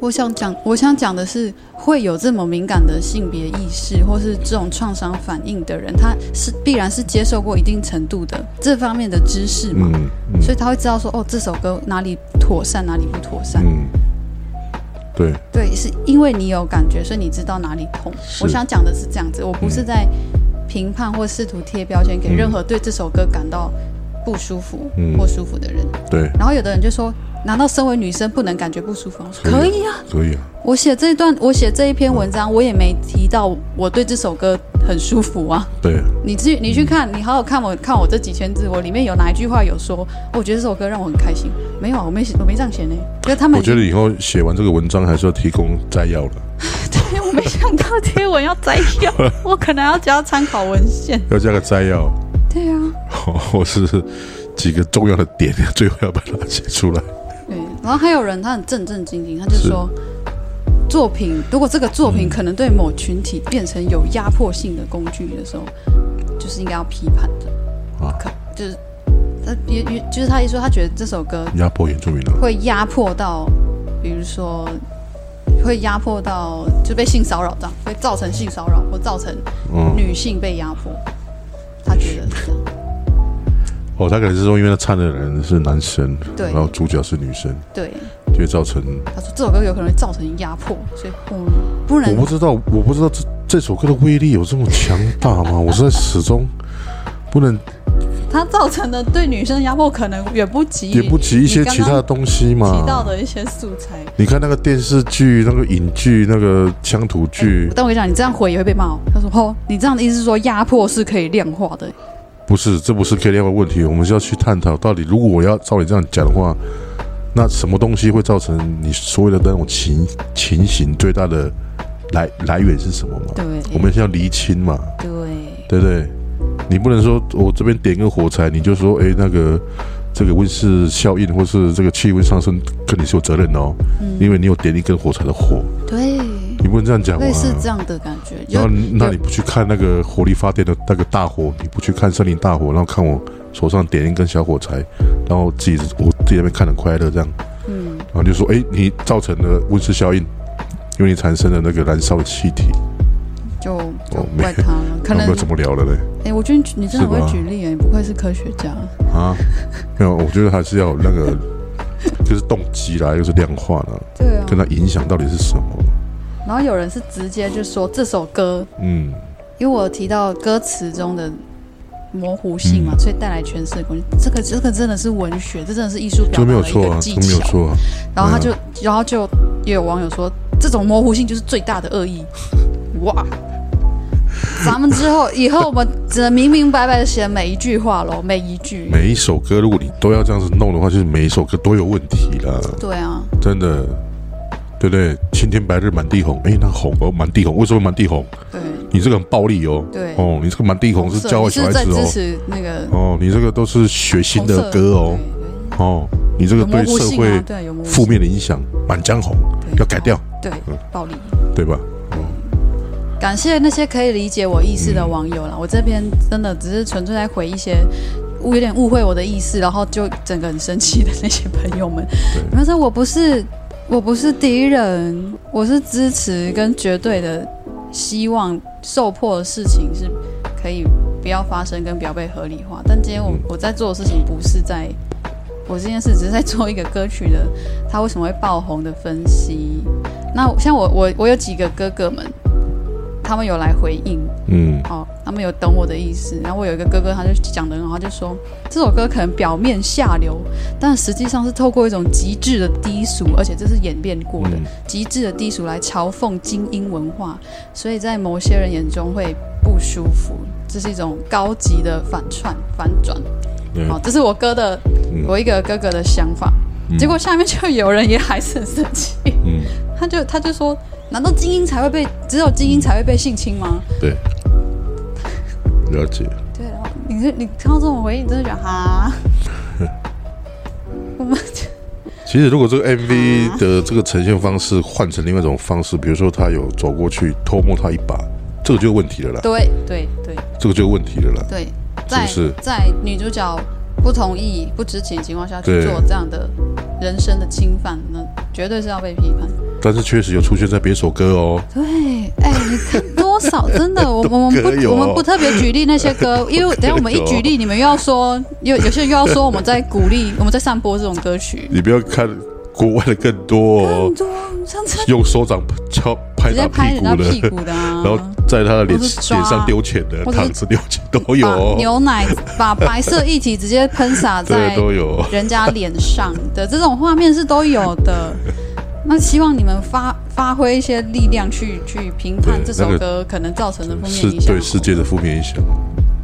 [SPEAKER 2] 我想讲，我想讲的是，会有这么敏感的性别意识，或是这种创伤反应的人，他是必然是接受过一定程度的这方面的知识嘛，
[SPEAKER 1] 嗯嗯
[SPEAKER 2] 所以他会知道说，哦，这首歌哪里妥善，哪里不妥善。
[SPEAKER 1] 嗯，对，
[SPEAKER 2] 对，是因为你有感觉，所以你知道哪里痛。
[SPEAKER 1] 是
[SPEAKER 2] 我想讲的是这样子，我不是在评判或试图贴标签给任何对这首歌感到不舒服
[SPEAKER 1] 嗯
[SPEAKER 2] 或舒服的人。
[SPEAKER 1] 对，
[SPEAKER 2] 然后有的人就说，难道身为女生不能感觉不舒服吗？我说可以啊，
[SPEAKER 1] 可以啊，
[SPEAKER 2] 我写这一段，我写这一篇文章，我也没提到我对这首歌很舒服啊。
[SPEAKER 1] 对，
[SPEAKER 2] 你去你去看，你好好看我看我这几千字，我里面有哪一句话有说，我觉得这首歌让我很开心？没有啊，我没写，我没这样写呢。因为他们
[SPEAKER 1] 我觉得以后写完这个文章还是要提供摘要了，
[SPEAKER 2] 对，我没想到贴文要摘 要，我可能要加参考文献。
[SPEAKER 1] 要加个摘要，
[SPEAKER 2] 对啊，
[SPEAKER 1] 或是几个重要的点，最后要把它写出来。
[SPEAKER 2] 对。然后还有人他很正正经经，他就说，作品如果这个作
[SPEAKER 1] 嗯
[SPEAKER 2] 品可能对某群体变成有压迫性的工具的时候，就是应该要批判的。
[SPEAKER 1] 啊
[SPEAKER 2] 可就是他也也就是他一说，他觉得这首歌
[SPEAKER 1] 压迫原住民啊，
[SPEAKER 2] 会压迫到，比如说会压迫到就被性骚扰这样，会造成性骚扰或造成
[SPEAKER 1] 嗯，
[SPEAKER 2] 女性被压迫，他觉得是这样。
[SPEAKER 1] 哦，他可能是说，因为他唱的人是男生，
[SPEAKER 2] 对
[SPEAKER 1] 然后主角是女生，
[SPEAKER 2] 对，
[SPEAKER 1] 就会造成
[SPEAKER 2] 他说这首歌有可能会造成压迫，所以我不
[SPEAKER 1] 我
[SPEAKER 2] 能
[SPEAKER 1] 不知道，我不知道这这首歌的威力有这么强大吗？我是在始终不能，
[SPEAKER 2] 他造成的对女生的压迫可能远不及
[SPEAKER 1] 也不及一些其他的东西
[SPEAKER 2] 你刚刚提到
[SPEAKER 1] 嘛。
[SPEAKER 2] 的一些素材。
[SPEAKER 1] 你看那个电视剧、那个影剧、那个乡土剧，
[SPEAKER 2] 但我跟你讲，你这样回也会被骂哦。他说：“哦，你这样的意思是说压迫是可以量化的，
[SPEAKER 1] 不是，这不是 K 量的问题，我们是要去探讨到底，如果我要照你这样讲的话，那什么东西会造成你所谓的那种情情形最大的来来源是什么嘛？
[SPEAKER 2] 对，
[SPEAKER 1] 我们是要厘清嘛，
[SPEAKER 2] 对
[SPEAKER 1] 对不对？你不能说我这边点个火柴，你就说哎那个这个温室效应或是这个气温上升，肯定是有责任的哦，因为你有点一根火柴的火，
[SPEAKER 2] 对，
[SPEAKER 1] 你不能这样讲嘛
[SPEAKER 2] 类。似这样的感觉。
[SPEAKER 1] 然后你那
[SPEAKER 2] 有
[SPEAKER 1] 你不去看那个火力发电的那个大火，你不去看森林大火，然后看我手上点一根小火柴，然后自己我自己在那边看得快乐这样，
[SPEAKER 2] 嗯，
[SPEAKER 1] 然后就说哎你造成了温室效应，因为你产生了那个燃烧的气体，
[SPEAKER 2] 就就
[SPEAKER 1] 我哦没
[SPEAKER 2] 怪他了。可
[SPEAKER 1] 然后
[SPEAKER 2] 能
[SPEAKER 1] 不知道怎么聊了嘞。
[SPEAKER 2] 哎，我觉得你真
[SPEAKER 1] 是
[SPEAKER 2] 的很
[SPEAKER 1] 吧
[SPEAKER 2] 会举例耶，你不愧是科学家。
[SPEAKER 1] 啊，没有，我觉得还是要有那个，就是动机啦，又是量化啦，
[SPEAKER 2] 对啊。
[SPEAKER 1] 跟它影响到底是什么？
[SPEAKER 2] 然后有人是直接就说这首歌
[SPEAKER 1] 嗯，
[SPEAKER 2] 因为我有提到歌词中的模糊性
[SPEAKER 1] 嗯
[SPEAKER 2] 嘛，所以带来诠释的空间。这个这个真的是文学，这真的是艺术表
[SPEAKER 1] 这没
[SPEAKER 2] 达
[SPEAKER 1] 有
[SPEAKER 2] 的一
[SPEAKER 1] 错
[SPEAKER 2] 个
[SPEAKER 1] 啊，
[SPEAKER 2] 技
[SPEAKER 1] 这没有
[SPEAKER 2] 巧。
[SPEAKER 1] 错啊，
[SPEAKER 2] 然后他就，然后就也有网友说，这种模糊性就是最大的 恶意。哇！咱们之后以后我们只能明明白白的写每一句话喽，每一句。
[SPEAKER 1] 每一首歌如果你都要这样子弄的话，就是每一首歌都有问题啦，
[SPEAKER 2] 对啊，
[SPEAKER 1] 真的，对不对？青天白日满地红，哎，那红哦，满地红，为什么满地红？
[SPEAKER 2] 对
[SPEAKER 1] 你这个很暴力哦，
[SPEAKER 2] 对。
[SPEAKER 1] 哦，你这个满地红是
[SPEAKER 2] 所以
[SPEAKER 1] 教
[SPEAKER 2] 你
[SPEAKER 1] 坏小
[SPEAKER 2] 是
[SPEAKER 1] 孩
[SPEAKER 2] 在
[SPEAKER 1] 子
[SPEAKER 2] 支
[SPEAKER 1] 哦，
[SPEAKER 2] 持那个
[SPEAKER 1] 哦，你这个都是血腥
[SPEAKER 2] 红色
[SPEAKER 1] 的歌哦，
[SPEAKER 2] 对
[SPEAKER 1] 哦，你这个
[SPEAKER 2] 对有模
[SPEAKER 1] 对
[SPEAKER 2] 糊
[SPEAKER 1] 社
[SPEAKER 2] 性
[SPEAKER 1] 会
[SPEAKER 2] 啊，对，有模糊
[SPEAKER 1] 负
[SPEAKER 2] 性，
[SPEAKER 1] 面的影响，满江红
[SPEAKER 2] 对
[SPEAKER 1] 要改掉，嗯
[SPEAKER 2] 对，暴力。
[SPEAKER 1] 对吧？
[SPEAKER 2] 感谢那些可以理解我意思的
[SPEAKER 1] 嗯
[SPEAKER 2] 网友啦，我这边真的只是纯粹在回一些误有点误会我的意思，然后就整个很生气的那些朋友们
[SPEAKER 1] 对。
[SPEAKER 2] 然后说我不是我不是敌人，我是支持跟绝对的希望受迫的事情是可以不要发生跟不要被合理化。但今天我
[SPEAKER 1] 嗯
[SPEAKER 2] 我在做的事情不是在。我这件事只是在做一个歌曲的它为什么会爆红的分析。那像我我我有几个哥哥们，他们有来回应
[SPEAKER 1] 嗯，
[SPEAKER 2] 哦，他们有懂我的意思。然后我有一个哥哥，他就讲的很好，他就说这首歌可能表面下流，但实际上是透过一种极致的低俗，而且这是演变过的、
[SPEAKER 1] 嗯
[SPEAKER 2] 极致的低俗来嘲讽精英文化，所以在某些人眼中会不舒服。这是一种高级的反串反转。
[SPEAKER 1] 对
[SPEAKER 2] 好，这是我哥的
[SPEAKER 1] 嗯
[SPEAKER 2] 我一个哥哥的想法。
[SPEAKER 1] 嗯
[SPEAKER 2] 结果下面就有人也还是很生气，
[SPEAKER 1] 嗯，
[SPEAKER 2] 他就他就说：“难道精英才会被只有精英才会被性侵吗
[SPEAKER 1] 对，了解。？”
[SPEAKER 2] 对，然后你是你看到这种回应，你真的觉得 哈，我们
[SPEAKER 1] 其实如果这
[SPEAKER 2] 啊
[SPEAKER 1] 个 MV 的这个呈现方式换成另外一种方式，比如说他有走过去偷摸他一把，这个就有问题了啦，
[SPEAKER 2] 对对对
[SPEAKER 1] 这个就有问题了啦。
[SPEAKER 2] 对，在
[SPEAKER 1] 是不
[SPEAKER 2] 在女主角不同意、不知情的情况下去
[SPEAKER 1] 对
[SPEAKER 2] 做这样的人身的侵犯，那绝对是要被批判。
[SPEAKER 1] 但是确实有出现在别首歌哦，
[SPEAKER 2] 对，哎、你看多少真 的，我我们
[SPEAKER 1] 歌
[SPEAKER 2] 不
[SPEAKER 1] 有
[SPEAKER 2] 我们不特别举例那 些歌，因为等一下我
[SPEAKER 1] 哦
[SPEAKER 2] 们一举例，你们又要说有有些人又要说我们在鼓励我们在散播这种歌曲，啊
[SPEAKER 1] 你不要看国外的更多哦
[SPEAKER 2] 很。多上车
[SPEAKER 1] 用手掌敲拍
[SPEAKER 2] 直接
[SPEAKER 1] 打
[SPEAKER 2] 拍
[SPEAKER 1] 屁
[SPEAKER 2] 人
[SPEAKER 1] 股
[SPEAKER 2] 家
[SPEAKER 1] 的，
[SPEAKER 2] 屁股的啊，
[SPEAKER 1] 然后在他的脸
[SPEAKER 2] 或是抓
[SPEAKER 1] 脸上丢钱的，
[SPEAKER 2] 或者是
[SPEAKER 1] 糖纸丢钱都有
[SPEAKER 2] 把
[SPEAKER 1] 哦，
[SPEAKER 2] 牛 奶把白色液体直接喷洒在
[SPEAKER 1] 对，都有哦。
[SPEAKER 2] 人家脸上的这种画面是都有 的。那希望你们发发挥一些力量去去评判
[SPEAKER 1] 对
[SPEAKER 2] 这首
[SPEAKER 1] 那个
[SPEAKER 2] 歌可能造成的负面
[SPEAKER 1] 是
[SPEAKER 2] 影响
[SPEAKER 1] 对。世界的负面影响，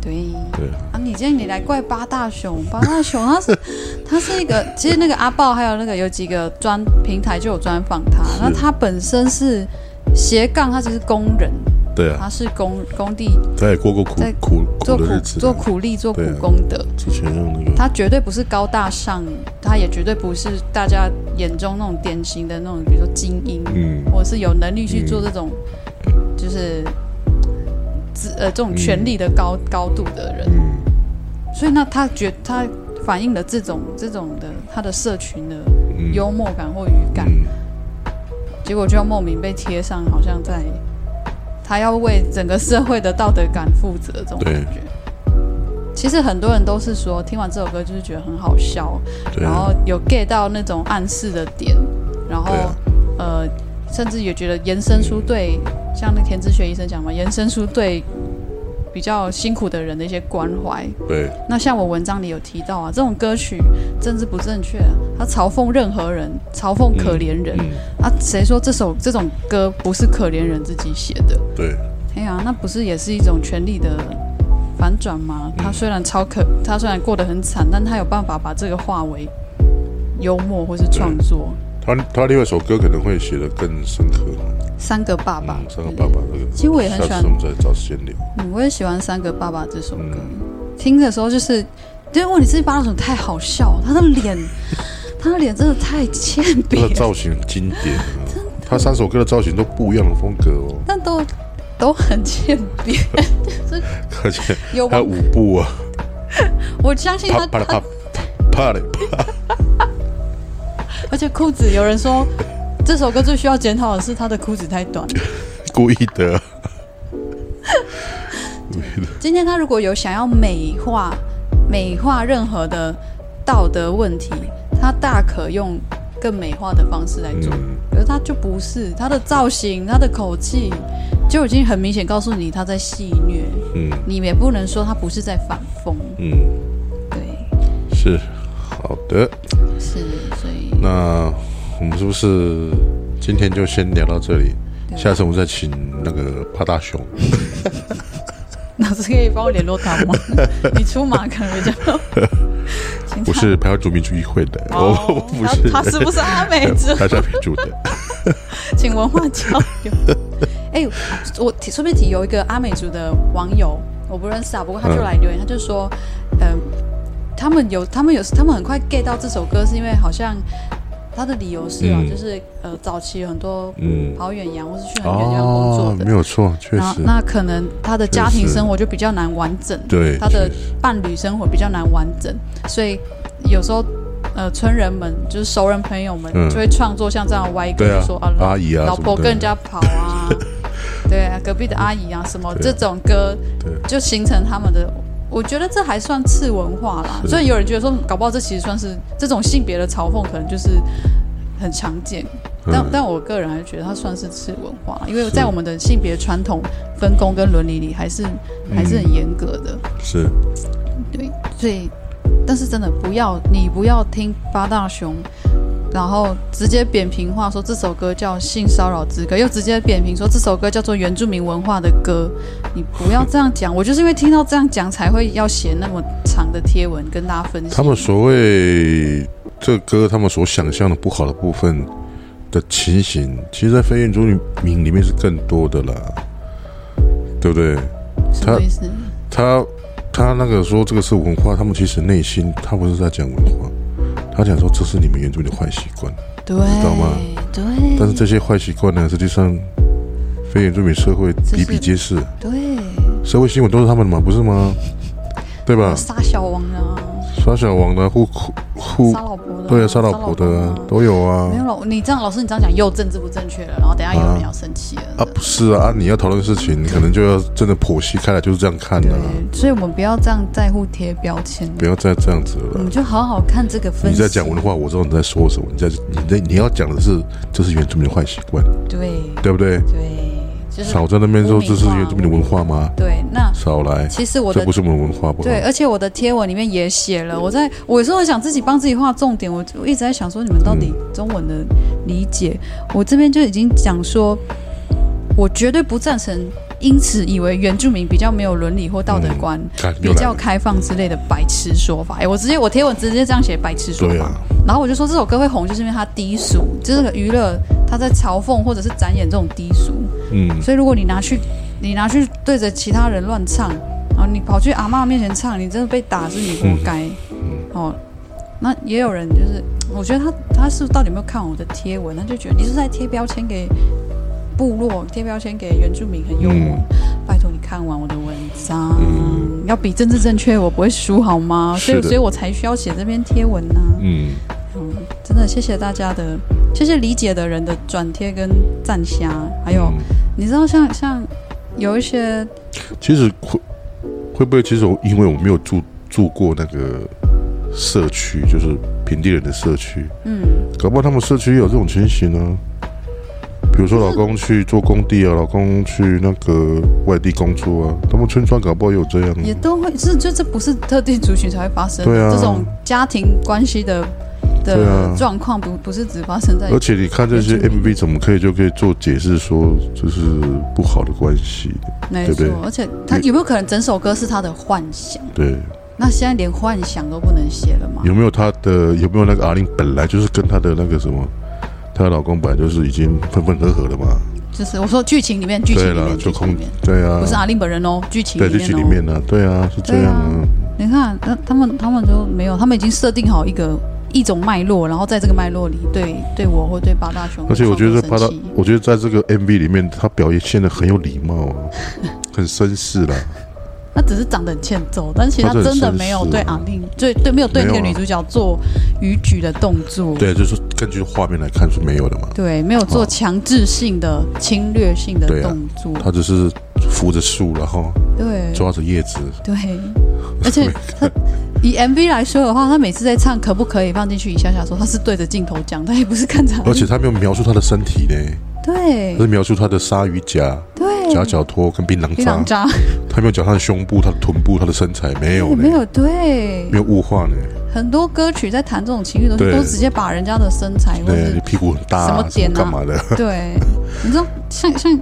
[SPEAKER 2] 对
[SPEAKER 1] 对
[SPEAKER 2] 啊，你今天你来怪八大熊，八大熊他是他是一个，其实那个阿豹还有那个有几个专平台就有专访他，那他本身是斜杠，他其实是工人，
[SPEAKER 1] 对啊，
[SPEAKER 2] 他是工工地
[SPEAKER 1] 他也过过苦
[SPEAKER 2] 在
[SPEAKER 1] 苦
[SPEAKER 2] 做
[SPEAKER 1] 苦
[SPEAKER 2] 苦
[SPEAKER 1] 的日子啊，
[SPEAKER 2] 做苦力做苦
[SPEAKER 1] 对啊
[SPEAKER 2] 工的，
[SPEAKER 1] 之前用那个
[SPEAKER 2] 他绝对不是高大上，他也绝对不是大家眼中那种典型的那种，比如说精英，
[SPEAKER 1] 嗯
[SPEAKER 2] 或者是有能力去做这种，就是资呃这种权力的高、高度的人。
[SPEAKER 1] 嗯，
[SPEAKER 2] 所以那他觉他反映了这种这种的他的社群的
[SPEAKER 1] 嗯
[SPEAKER 2] 幽默感或语感，
[SPEAKER 1] 嗯
[SPEAKER 2] 结果就莫名被贴上好像在他要为整个社会的道德感负责这种
[SPEAKER 1] 对
[SPEAKER 2] 感觉。其实很多人都是说，听完这首歌就是觉得很好笑，
[SPEAKER 1] 对
[SPEAKER 2] 然
[SPEAKER 1] 啊，
[SPEAKER 2] 后有 get 到那种暗示的点，然后、
[SPEAKER 1] 对啊
[SPEAKER 2] 呃，甚至也觉得延伸出对，像那田志学医生讲嘛，延伸出对比较辛苦的人的一些关怀。
[SPEAKER 1] 对，
[SPEAKER 2] 那像我文章里有提到啊，这种歌曲政治不正确、啊，它嘲讽任何人，嘲讽可怜人。
[SPEAKER 1] 嗯，
[SPEAKER 2] 啊，谁说这首这种歌不是可怜人自己写的？
[SPEAKER 1] 对，
[SPEAKER 2] 哎呀，那不是也是一种权力的反转吗？
[SPEAKER 1] 嗯
[SPEAKER 2] 他虽然超可，他虽然过得很惨，但他有办法把这个化为幽默或是创作。
[SPEAKER 1] 他他另外一首歌可能会写得更深刻，
[SPEAKER 2] 三个爸爸，
[SPEAKER 1] 嗯，三个爸爸那个，
[SPEAKER 2] 其实我也很喜欢
[SPEAKER 1] 下次我们再找时间聊，
[SPEAKER 2] 嗯，我也喜欢《三个爸爸》这首歌。
[SPEAKER 1] 嗯
[SPEAKER 2] 听的时候就是，因为问题是巴掌太好笑，他的 脸，他的脸真的太欠
[SPEAKER 1] 他
[SPEAKER 2] 扁
[SPEAKER 1] 的，造型很经典 啊，他三首歌的造型都不一样的风格哦，
[SPEAKER 2] 但都都很欠扁。
[SPEAKER 1] 而且
[SPEAKER 2] 有
[SPEAKER 1] 还有
[SPEAKER 2] 我
[SPEAKER 1] 舞步啊，
[SPEAKER 2] 我相信
[SPEAKER 1] 啪
[SPEAKER 2] 他
[SPEAKER 1] 啪啦
[SPEAKER 2] 他
[SPEAKER 1] 啪，啪嘞啪，
[SPEAKER 2] 而且裤子，有人说 这首歌最需要检讨的是他的裤子太短。
[SPEAKER 1] 故意 的啊，故意的，
[SPEAKER 2] 今天他如果有想要美化美化任何的道德问题，他大可用更美化的方式来做。
[SPEAKER 1] 嗯，
[SPEAKER 2] 可是他就不是，他的造型、他的口气就已经很明显告诉你他在戏谑，
[SPEAKER 1] 嗯
[SPEAKER 2] 你也不能说他不是在反讽。
[SPEAKER 1] 嗯，
[SPEAKER 2] 对，
[SPEAKER 1] 是，好的。
[SPEAKER 2] 是，所以
[SPEAKER 1] 那我们是不是今天就先聊到这里？
[SPEAKER 2] 对
[SPEAKER 1] 下次我们再请那个帕大熊，
[SPEAKER 2] 老师可以帮我联络他吗？ 你出马可能比较。 请他
[SPEAKER 1] 我是排湾族民主议会的，
[SPEAKER 2] 哦
[SPEAKER 1] 我我不是，
[SPEAKER 2] 他他是不是阿美族？
[SPEAKER 1] 他是民主 的，
[SPEAKER 2] 请文化交 流。哎、我提顺便提有一个阿美族的网友，我不认识啊，不过他就来留言，他就说，呃，他们有他们有他们很快 get 到这首歌，是因为好像他的理由是啊，
[SPEAKER 1] 嗯
[SPEAKER 2] 就是呃，早期有很多
[SPEAKER 1] 嗯，
[SPEAKER 2] 跑远洋或是去很远地方工
[SPEAKER 1] 哦
[SPEAKER 2] 作，的。
[SPEAKER 1] 没有错，确
[SPEAKER 2] 然后，
[SPEAKER 1] 实，
[SPEAKER 2] 那可能他的家庭
[SPEAKER 1] 确实
[SPEAKER 2] 生活就比较难完整，
[SPEAKER 1] 对，
[SPEAKER 2] 他的
[SPEAKER 1] 确实
[SPEAKER 2] 伴侣生活比较难完整，所以有时候呃，村人们就是熟人朋友们
[SPEAKER 1] 嗯
[SPEAKER 2] 就会创作像这样的歪歌，
[SPEAKER 1] 对啊
[SPEAKER 2] 说啊，
[SPEAKER 1] 阿姨啊
[SPEAKER 2] 老
[SPEAKER 1] 什
[SPEAKER 2] 婆
[SPEAKER 1] 么的
[SPEAKER 2] 跟人家跑 啊，对啊，隔壁的阿姨啊什么
[SPEAKER 1] 对
[SPEAKER 2] 这种歌
[SPEAKER 1] 对，
[SPEAKER 2] 就形成他们的。我觉得这还算次文化啦，
[SPEAKER 1] 是
[SPEAKER 2] 所以有人觉得说，搞不好这其实算是这种性别的嘲讽，可能就是很常见。但、
[SPEAKER 1] 嗯
[SPEAKER 2] 但我个人还是觉得它算是次文化啦，因为
[SPEAKER 1] 是
[SPEAKER 2] 在我们的性别传统分工跟伦理里，还是还
[SPEAKER 1] 嗯
[SPEAKER 2] 是很严格的。
[SPEAKER 1] 是
[SPEAKER 2] 对，所以，但是真的不要你不要听八大熊，然后直接扁平化说这首歌叫性骚扰之歌，又直接扁平说这首歌叫做原住民文化的歌，你不要这样讲。我就是因为听到这样讲，才会要写那么长的贴文跟大家分析。
[SPEAKER 1] 他们所谓这歌，他们所想象的不好的部分的情形，其实，在非原住民里面是更多的啦，对不对？
[SPEAKER 2] 什么意思？
[SPEAKER 1] 他他那个说这个是文化，他们其实内心他不是在讲文化，他讲说这是你们原住民的坏习惯，
[SPEAKER 2] 对，
[SPEAKER 1] 道吗
[SPEAKER 2] 对，
[SPEAKER 1] 但是这些坏习惯呢，实际上非原住民社会
[SPEAKER 2] 这
[SPEAKER 1] 比
[SPEAKER 2] 是
[SPEAKER 1] 比皆是，
[SPEAKER 2] 对，
[SPEAKER 1] 社会新闻都是他们的嘛，不是吗？对吧？
[SPEAKER 2] 杀小王啊，
[SPEAKER 1] 耍小王呢，或或酷
[SPEAKER 2] 杀，老婆的啊，
[SPEAKER 1] 对啊，杀老婆的啊
[SPEAKER 2] 啊
[SPEAKER 1] 都有啊
[SPEAKER 2] 没。有老你这样，老师你这样讲又政治不正确了，然后等一下有人要生气了。
[SPEAKER 1] 啊，不是啊，啊你要讨论事情，可能就要真的剖析开来，就是这样看的、啊，
[SPEAKER 2] 对，所以我们不要这样在乎贴标签，
[SPEAKER 1] 不要再这样子
[SPEAKER 2] 我
[SPEAKER 1] 了啦。
[SPEAKER 2] 们就好好看这个
[SPEAKER 1] 啊
[SPEAKER 2] 分
[SPEAKER 1] 你
[SPEAKER 2] 析。
[SPEAKER 1] 在讲文化，我知道你在说什么。你在你在你要讲的是，这是原住民的坏习惯，
[SPEAKER 2] 对
[SPEAKER 1] 对不对？
[SPEAKER 2] 对，就是
[SPEAKER 1] 少在那边说
[SPEAKER 2] 污名
[SPEAKER 1] 这
[SPEAKER 2] 化
[SPEAKER 1] 是原住民的文化吗？
[SPEAKER 2] 对。那
[SPEAKER 1] 少来，
[SPEAKER 2] 其实我
[SPEAKER 1] 这
[SPEAKER 2] 的
[SPEAKER 1] 不是我们的文化，不好
[SPEAKER 2] 对，而且我的贴文里面也写了，我在我有时候想自己帮自己画重点，我我一直在想说你们到底中文的理解，我这边就已经讲说，我绝对不赞成，因此以为原住民比较没有伦理或道德
[SPEAKER 1] 嗯
[SPEAKER 2] 观，
[SPEAKER 1] 看又
[SPEAKER 2] 比
[SPEAKER 1] 来
[SPEAKER 2] 较
[SPEAKER 1] 了
[SPEAKER 2] 开放之类的白痴说法。哎、我直接我贴文直接这样写白痴说
[SPEAKER 1] 对
[SPEAKER 2] 法，
[SPEAKER 1] 啊，
[SPEAKER 2] 然后我就说这首歌会红，就是因为它低俗，就是这个娱乐它在嘲讽或者是展演这种低俗。
[SPEAKER 1] 嗯，
[SPEAKER 2] 所以如果你拿去，你拿去对着其他人乱唱，然后你跑去阿嬷面前唱，你真的被打是你活该。
[SPEAKER 1] 嗯
[SPEAKER 2] 哦，那也有人就是，我觉得他他是到底有没有看我的贴文，他就觉得你是在贴标签给部落，贴标签给原住民很幽默。
[SPEAKER 1] 嗯
[SPEAKER 2] 拜托你看完我的文章，要比政治正确，我不会输好吗？所以
[SPEAKER 1] 是的
[SPEAKER 2] 所以我才需要写这篇贴文呢、
[SPEAKER 1] 嗯，
[SPEAKER 2] 嗯，真的谢谢大家的，谢谢理解的人的转贴跟赞虾，还有。
[SPEAKER 1] 嗯
[SPEAKER 2] 你知道像像有一些
[SPEAKER 1] 其实会会不会？其实我因为我没有住住过那个社区，就是平地人的社区，
[SPEAKER 2] 嗯，
[SPEAKER 1] 搞不好他们社区也有这种情形呢、比如说，老公去做工地啊，老公去那个外地工作啊，他们村庄搞不好也有这样、啊。
[SPEAKER 2] 也都会是就这不是特定族群才会发生的，
[SPEAKER 1] 对啊
[SPEAKER 2] 这种家庭关系的
[SPEAKER 1] 对
[SPEAKER 2] 的
[SPEAKER 1] 啊呃
[SPEAKER 2] 状况不不是只发生在
[SPEAKER 1] 而且你看这些
[SPEAKER 2] 原住民
[SPEAKER 1] MV 怎么可以就可以做解释说这是不好的关系？
[SPEAKER 2] 没
[SPEAKER 1] 对不
[SPEAKER 2] 错
[SPEAKER 1] 对，
[SPEAKER 2] 而且他有没有可能整首歌是他的幻想？
[SPEAKER 1] 对，
[SPEAKER 2] 那现在连幻想都不能写了吗？
[SPEAKER 1] 有没有她的有没有那个阿玲本来就是跟她的那个什么，她的老公本来就是已经分分合合的嘛？
[SPEAKER 2] 就是我说剧情里面，剧情
[SPEAKER 1] 对
[SPEAKER 2] 里
[SPEAKER 1] 了，
[SPEAKER 2] 面，
[SPEAKER 1] 就
[SPEAKER 2] 剧情里
[SPEAKER 1] 空
[SPEAKER 2] 面，
[SPEAKER 1] 对啊
[SPEAKER 2] 不，是阿令本人哦，剧情
[SPEAKER 1] 对，就
[SPEAKER 2] 里面
[SPEAKER 1] 去
[SPEAKER 2] 哦。
[SPEAKER 1] 里面呢、对啊，是这样啊，
[SPEAKER 2] 你看，那他们他们就没有，他们已经设定好一个一种脉络，然后在这个脉络里对对我或对八大雄，
[SPEAKER 1] 而且我觉得
[SPEAKER 2] 创
[SPEAKER 1] 巴
[SPEAKER 2] 作
[SPEAKER 1] 拉
[SPEAKER 2] 生气，
[SPEAKER 1] 我觉得在这个 MV 里面，她表现的很有礼貌 啊，很绅士啦，
[SPEAKER 2] 他只是长得很欠揍，但其实
[SPEAKER 1] 他
[SPEAKER 2] 他
[SPEAKER 1] 真的
[SPEAKER 2] 真的
[SPEAKER 1] 很
[SPEAKER 2] 没有
[SPEAKER 1] 绅士
[SPEAKER 2] 对阿令，对对没有对那个
[SPEAKER 1] 没有啊
[SPEAKER 2] 女主角做逾矩的动作，
[SPEAKER 1] 对，啊就是根据画面来看是没有的嘛，
[SPEAKER 2] 对没有做
[SPEAKER 1] 哦
[SPEAKER 2] 强制性的、侵略性的
[SPEAKER 1] 对啊
[SPEAKER 2] 动作，
[SPEAKER 1] 她只是扶着树，然后
[SPEAKER 2] 对
[SPEAKER 1] 抓着叶子，
[SPEAKER 2] 对， 而且他以 MV 来说的话，他每次在唱可不可以放进去一下下说，他是对着镜头讲，他也不是看着阿令，
[SPEAKER 1] 而且她没有描述她的身体呢，
[SPEAKER 2] 对
[SPEAKER 1] 她是描述她的鲨鱼夹、
[SPEAKER 2] 对
[SPEAKER 1] 夹脚托跟槟榔
[SPEAKER 2] 非常
[SPEAKER 1] 渣，
[SPEAKER 2] 嗯渣，
[SPEAKER 1] 她没有讲她的胸部、她的臀部、她的身材，没有
[SPEAKER 2] 对
[SPEAKER 1] 呢，
[SPEAKER 2] 哎没有对
[SPEAKER 1] 没有物化呢，
[SPEAKER 2] 很多歌曲在谈这种情欲的东西，
[SPEAKER 1] 对
[SPEAKER 2] 都直接把人家的身材或
[SPEAKER 1] 对，
[SPEAKER 2] 是
[SPEAKER 1] 你屁股很大、
[SPEAKER 2] 什么
[SPEAKER 1] 啊，
[SPEAKER 2] 点啊
[SPEAKER 1] 干嘛的，
[SPEAKER 2] 对，你知道像像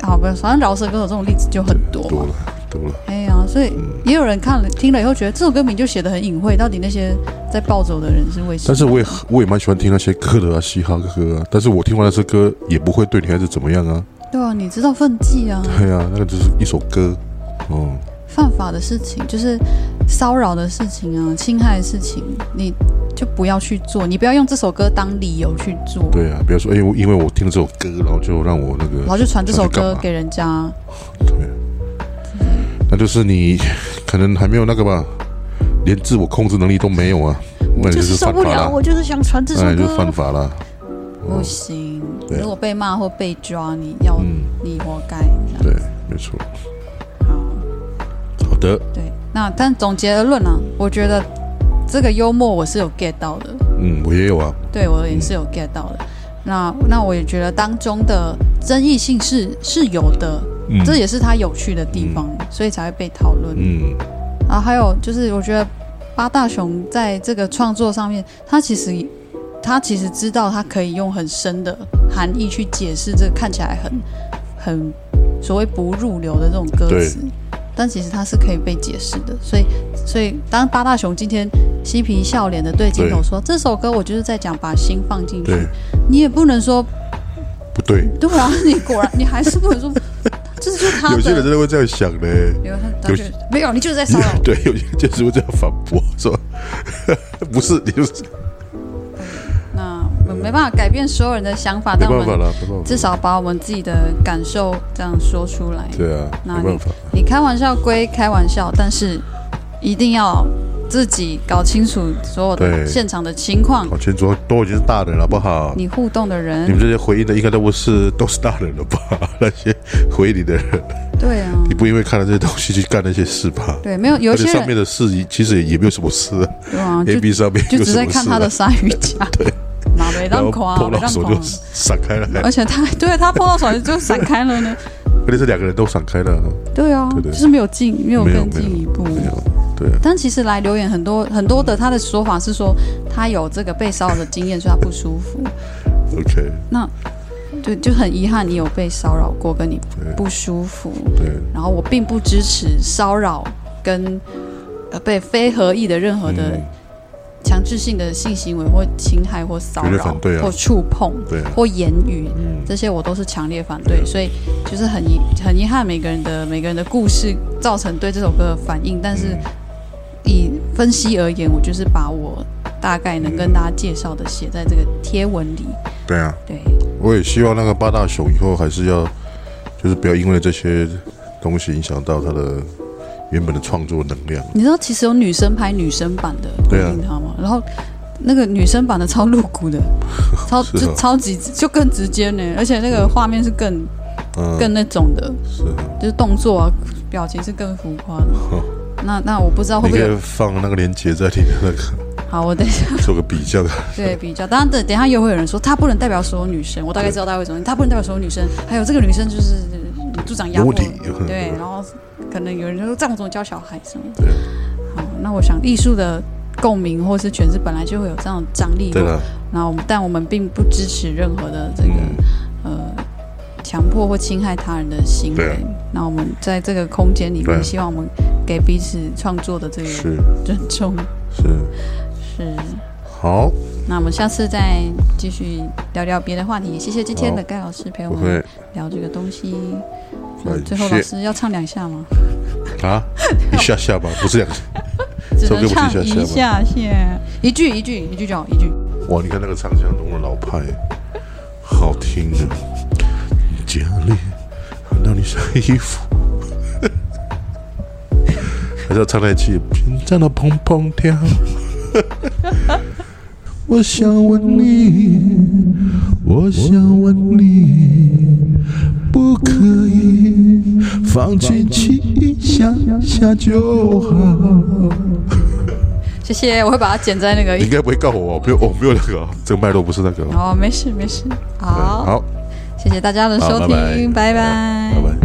[SPEAKER 2] 好吧，反正饶舌歌手这种例子就很多
[SPEAKER 1] 多
[SPEAKER 2] 嘛。
[SPEAKER 1] 了，多了。
[SPEAKER 2] 哎呀，所以也有人看了听了以后觉得这首歌名就写的很隐晦，到底那些在暴走的人是为什
[SPEAKER 1] 但
[SPEAKER 2] 么？
[SPEAKER 1] 是我也我也蛮喜欢听那些歌的啊，嘻哈歌啊。但是我听完那些歌也不会对女孩子怎么样啊。
[SPEAKER 2] 对啊，你知道愤季啊，
[SPEAKER 1] 对啊，那个只是一首歌，哦，
[SPEAKER 2] 犯法的事情就是骚扰的事情啊，侵害的事情，你就不要去做，你不要用这首歌当理由去做，
[SPEAKER 1] 对啊。比如说，哎、我因为我听了这首歌，然后就让我那
[SPEAKER 2] 然
[SPEAKER 1] 个，
[SPEAKER 2] 后就传这首
[SPEAKER 1] 那就干
[SPEAKER 2] 歌
[SPEAKER 1] 嘛
[SPEAKER 2] 给人家。
[SPEAKER 1] 对，那就是你可能还没有那个吧，连自我控制能力都没有啊，那
[SPEAKER 2] 我
[SPEAKER 1] 你
[SPEAKER 2] 就是是受
[SPEAKER 1] 犯
[SPEAKER 2] 不
[SPEAKER 1] 法
[SPEAKER 2] 了，
[SPEAKER 1] 啦，
[SPEAKER 2] 我就是想传这首
[SPEAKER 1] 那你就
[SPEAKER 2] 歌
[SPEAKER 1] 犯。法啦。
[SPEAKER 2] 不行，
[SPEAKER 1] 对
[SPEAKER 2] 如果被骂或被抓，你要、
[SPEAKER 1] 嗯，
[SPEAKER 2] 你活该。这
[SPEAKER 1] 对，
[SPEAKER 2] 样
[SPEAKER 1] 没错。
[SPEAKER 2] 好，
[SPEAKER 1] 好的，
[SPEAKER 2] 对。那但总结而论啊，我觉得这个幽默我是有 get 到的，
[SPEAKER 1] 嗯，我也有啊，
[SPEAKER 2] 对我也是有 get 到的。那那我也觉得当中的争议性是是有的，
[SPEAKER 1] 嗯，
[SPEAKER 2] 这也是它有趣的地方，所以才会被讨论。
[SPEAKER 1] 嗯，
[SPEAKER 2] 然后啊还有就是，我觉得八大雄在这个创作上面，他其实他其实知道他可以用很深的含义去解释这个看起来很很所谓不入流的这种歌词，但其实它是可以被解释的。所以所以当八大雄今天嬉皮笑脸的对镜头说这首歌我就是在讲把心放进去
[SPEAKER 1] 对，，
[SPEAKER 2] 你也不能说
[SPEAKER 1] 不对？
[SPEAKER 2] 对啊，你果然你还是不能说这就是他 的。
[SPEAKER 1] 有些人真的会这样想呢。
[SPEAKER 2] 有人他就没有，你就是在骚扰我。
[SPEAKER 1] 对，有些就是会这样反驳说， 不是你就是
[SPEAKER 2] 那我们没办法改变所有人的想法，
[SPEAKER 1] 没
[SPEAKER 2] 但我
[SPEAKER 1] 办法
[SPEAKER 2] 们
[SPEAKER 1] 了，没办法
[SPEAKER 2] 至。少把我们自己的感受这样说出来。
[SPEAKER 1] 对啊，
[SPEAKER 2] 那
[SPEAKER 1] 没办法，
[SPEAKER 2] 你开玩笑归开玩笑，但是一定要自己搞清楚所有的
[SPEAKER 1] 对
[SPEAKER 2] 现场的情况，
[SPEAKER 1] 搞清楚，都已经是大人了，不好。
[SPEAKER 2] 你互动的
[SPEAKER 1] 你
[SPEAKER 2] 人，
[SPEAKER 1] 们这些回应的应该都不是都是大人了吧？ 那些回应你的人，
[SPEAKER 2] 对啊，
[SPEAKER 1] 你不因为看了这些东西去干那些事吧？
[SPEAKER 2] 对，没有有
[SPEAKER 1] 而
[SPEAKER 2] 一
[SPEAKER 1] 且
[SPEAKER 2] 些
[SPEAKER 1] 上面
[SPEAKER 2] 人
[SPEAKER 1] 的事也其实也也没有什么事
[SPEAKER 2] 对啊，就
[SPEAKER 1] ，A B 上面
[SPEAKER 2] 就
[SPEAKER 1] 有
[SPEAKER 2] 只
[SPEAKER 1] 什
[SPEAKER 2] 在
[SPEAKER 1] 么事
[SPEAKER 2] 看他的啊
[SPEAKER 1] 啊？
[SPEAKER 2] 鲨鱼 夹，对，马没
[SPEAKER 1] 然
[SPEAKER 2] 当
[SPEAKER 1] 后
[SPEAKER 2] 夸，
[SPEAKER 1] 碰
[SPEAKER 2] 没
[SPEAKER 1] 到
[SPEAKER 2] 当
[SPEAKER 1] 手
[SPEAKER 2] 夸
[SPEAKER 1] 就，闪开了，
[SPEAKER 2] 而且他对他碰到手就闪开了呢，
[SPEAKER 1] 而且是两个人都闪开了，
[SPEAKER 2] 对啊，
[SPEAKER 1] 对对
[SPEAKER 2] 就是没有进，没有
[SPEAKER 1] 没有
[SPEAKER 2] 更
[SPEAKER 1] 没有
[SPEAKER 2] 进一步，
[SPEAKER 1] 没有，对，啊
[SPEAKER 2] 但其实来留言很多很多的，他的说法是说他有这个被骚扰的经验，所以他不舒服。
[SPEAKER 1] OK，
[SPEAKER 2] 那就就很遗憾，你有被骚扰过，跟你
[SPEAKER 1] 对
[SPEAKER 2] 不舒服。
[SPEAKER 1] 对
[SPEAKER 2] 然后我并不支持骚扰跟呃被非合意的任何的
[SPEAKER 1] 嗯
[SPEAKER 2] 强制性的性行为或侵害或骚
[SPEAKER 1] 绝对
[SPEAKER 2] 扰
[SPEAKER 1] 反对啊
[SPEAKER 2] 或触碰
[SPEAKER 1] 对啊，
[SPEAKER 2] 或言语。
[SPEAKER 1] 嗯，
[SPEAKER 2] 这些我都是强烈反对，所以就是很遗很遗憾，每个人的每个人的故事造成对这首歌的反应，但是
[SPEAKER 1] 嗯
[SPEAKER 2] 以分析而言，我就是把我大概能跟大家介绍的写在这个贴文里。
[SPEAKER 1] 对啊，
[SPEAKER 2] 对，
[SPEAKER 1] 我也希望那个八大熊以后还是要，就是不要因为这些东西影响到他的原本的创作能量。
[SPEAKER 2] 你知道其实有女生拍女生版的，
[SPEAKER 1] 对啊
[SPEAKER 2] 你知道吗？然后那个女生版的超露骨 的，超、
[SPEAKER 1] 是哦
[SPEAKER 2] 就超级就更直接呢，而且那个画面是更
[SPEAKER 1] 嗯，
[SPEAKER 2] 更那种的，
[SPEAKER 1] 是啊，
[SPEAKER 2] 就是动作啊、表情是更浮 夸的。
[SPEAKER 1] 哦
[SPEAKER 2] 那那我不知道会
[SPEAKER 1] 你
[SPEAKER 2] 不会
[SPEAKER 1] 可
[SPEAKER 2] 有
[SPEAKER 1] 以放那个链接在你的那个
[SPEAKER 2] 好，我等一下
[SPEAKER 1] 做个啊比较。
[SPEAKER 2] 对比较。当然等等一下又会有人说她不能代表所有女生，我大概知道她会什么，她不能代表所有女生。还有这个女生就是呃助长压迫
[SPEAKER 1] 裸体有可，能
[SPEAKER 2] 对，然后可能有人就说这样我怎么教小孩什么的。
[SPEAKER 1] 对
[SPEAKER 2] 好，那我想艺术的共鸣或是诠释本来就会有这样的张力。
[SPEAKER 1] 对了，
[SPEAKER 2] 然后我们但我们并不支持任何的这个、
[SPEAKER 1] 嗯，
[SPEAKER 2] 呃强迫或侵害他人的行
[SPEAKER 1] 对
[SPEAKER 2] 为
[SPEAKER 1] 啊。
[SPEAKER 2] 那我们在这个空间里
[SPEAKER 1] 对啊
[SPEAKER 2] 面，希望我们给彼此创作的这个
[SPEAKER 1] 嗯是
[SPEAKER 2] 尊重
[SPEAKER 1] 是
[SPEAKER 2] 是。
[SPEAKER 1] 好，
[SPEAKER 2] 那我们下次再继续聊聊别的话题。谢谢今天的
[SPEAKER 1] 好
[SPEAKER 2] 盖老师陪我
[SPEAKER 1] 不
[SPEAKER 2] 们
[SPEAKER 1] 会哎
[SPEAKER 2] 聊这个东西。
[SPEAKER 1] 感
[SPEAKER 2] 嗯最后
[SPEAKER 1] 谢
[SPEAKER 2] 老师要唱两下吗？
[SPEAKER 1] 啊，一下下吧，不是两个。这
[SPEAKER 2] 只能
[SPEAKER 1] 首歌
[SPEAKER 2] 唱
[SPEAKER 1] 不是一
[SPEAKER 2] 一
[SPEAKER 1] 下下
[SPEAKER 2] 下下，一句一句一句就好，一句。
[SPEAKER 1] 哇，你看那个唱腔多么老派，好听啊！家里看到你晒衣服，还是要唱那一句“心脏的砰砰跳”。我想问你，我想问你，不可以放进去一下下就好。
[SPEAKER 2] 谢谢，我会把它剪在那个
[SPEAKER 1] 你应。该不会告我，我没有，我没有那个啊，这个脉络不是
[SPEAKER 2] 哦
[SPEAKER 1] 那个啊。
[SPEAKER 2] 哦，没事没事，好，
[SPEAKER 1] 哎好，
[SPEAKER 2] 谢谢大家的
[SPEAKER 1] 好
[SPEAKER 2] 收
[SPEAKER 1] 拜拜
[SPEAKER 2] 听，拜拜
[SPEAKER 1] 拜拜。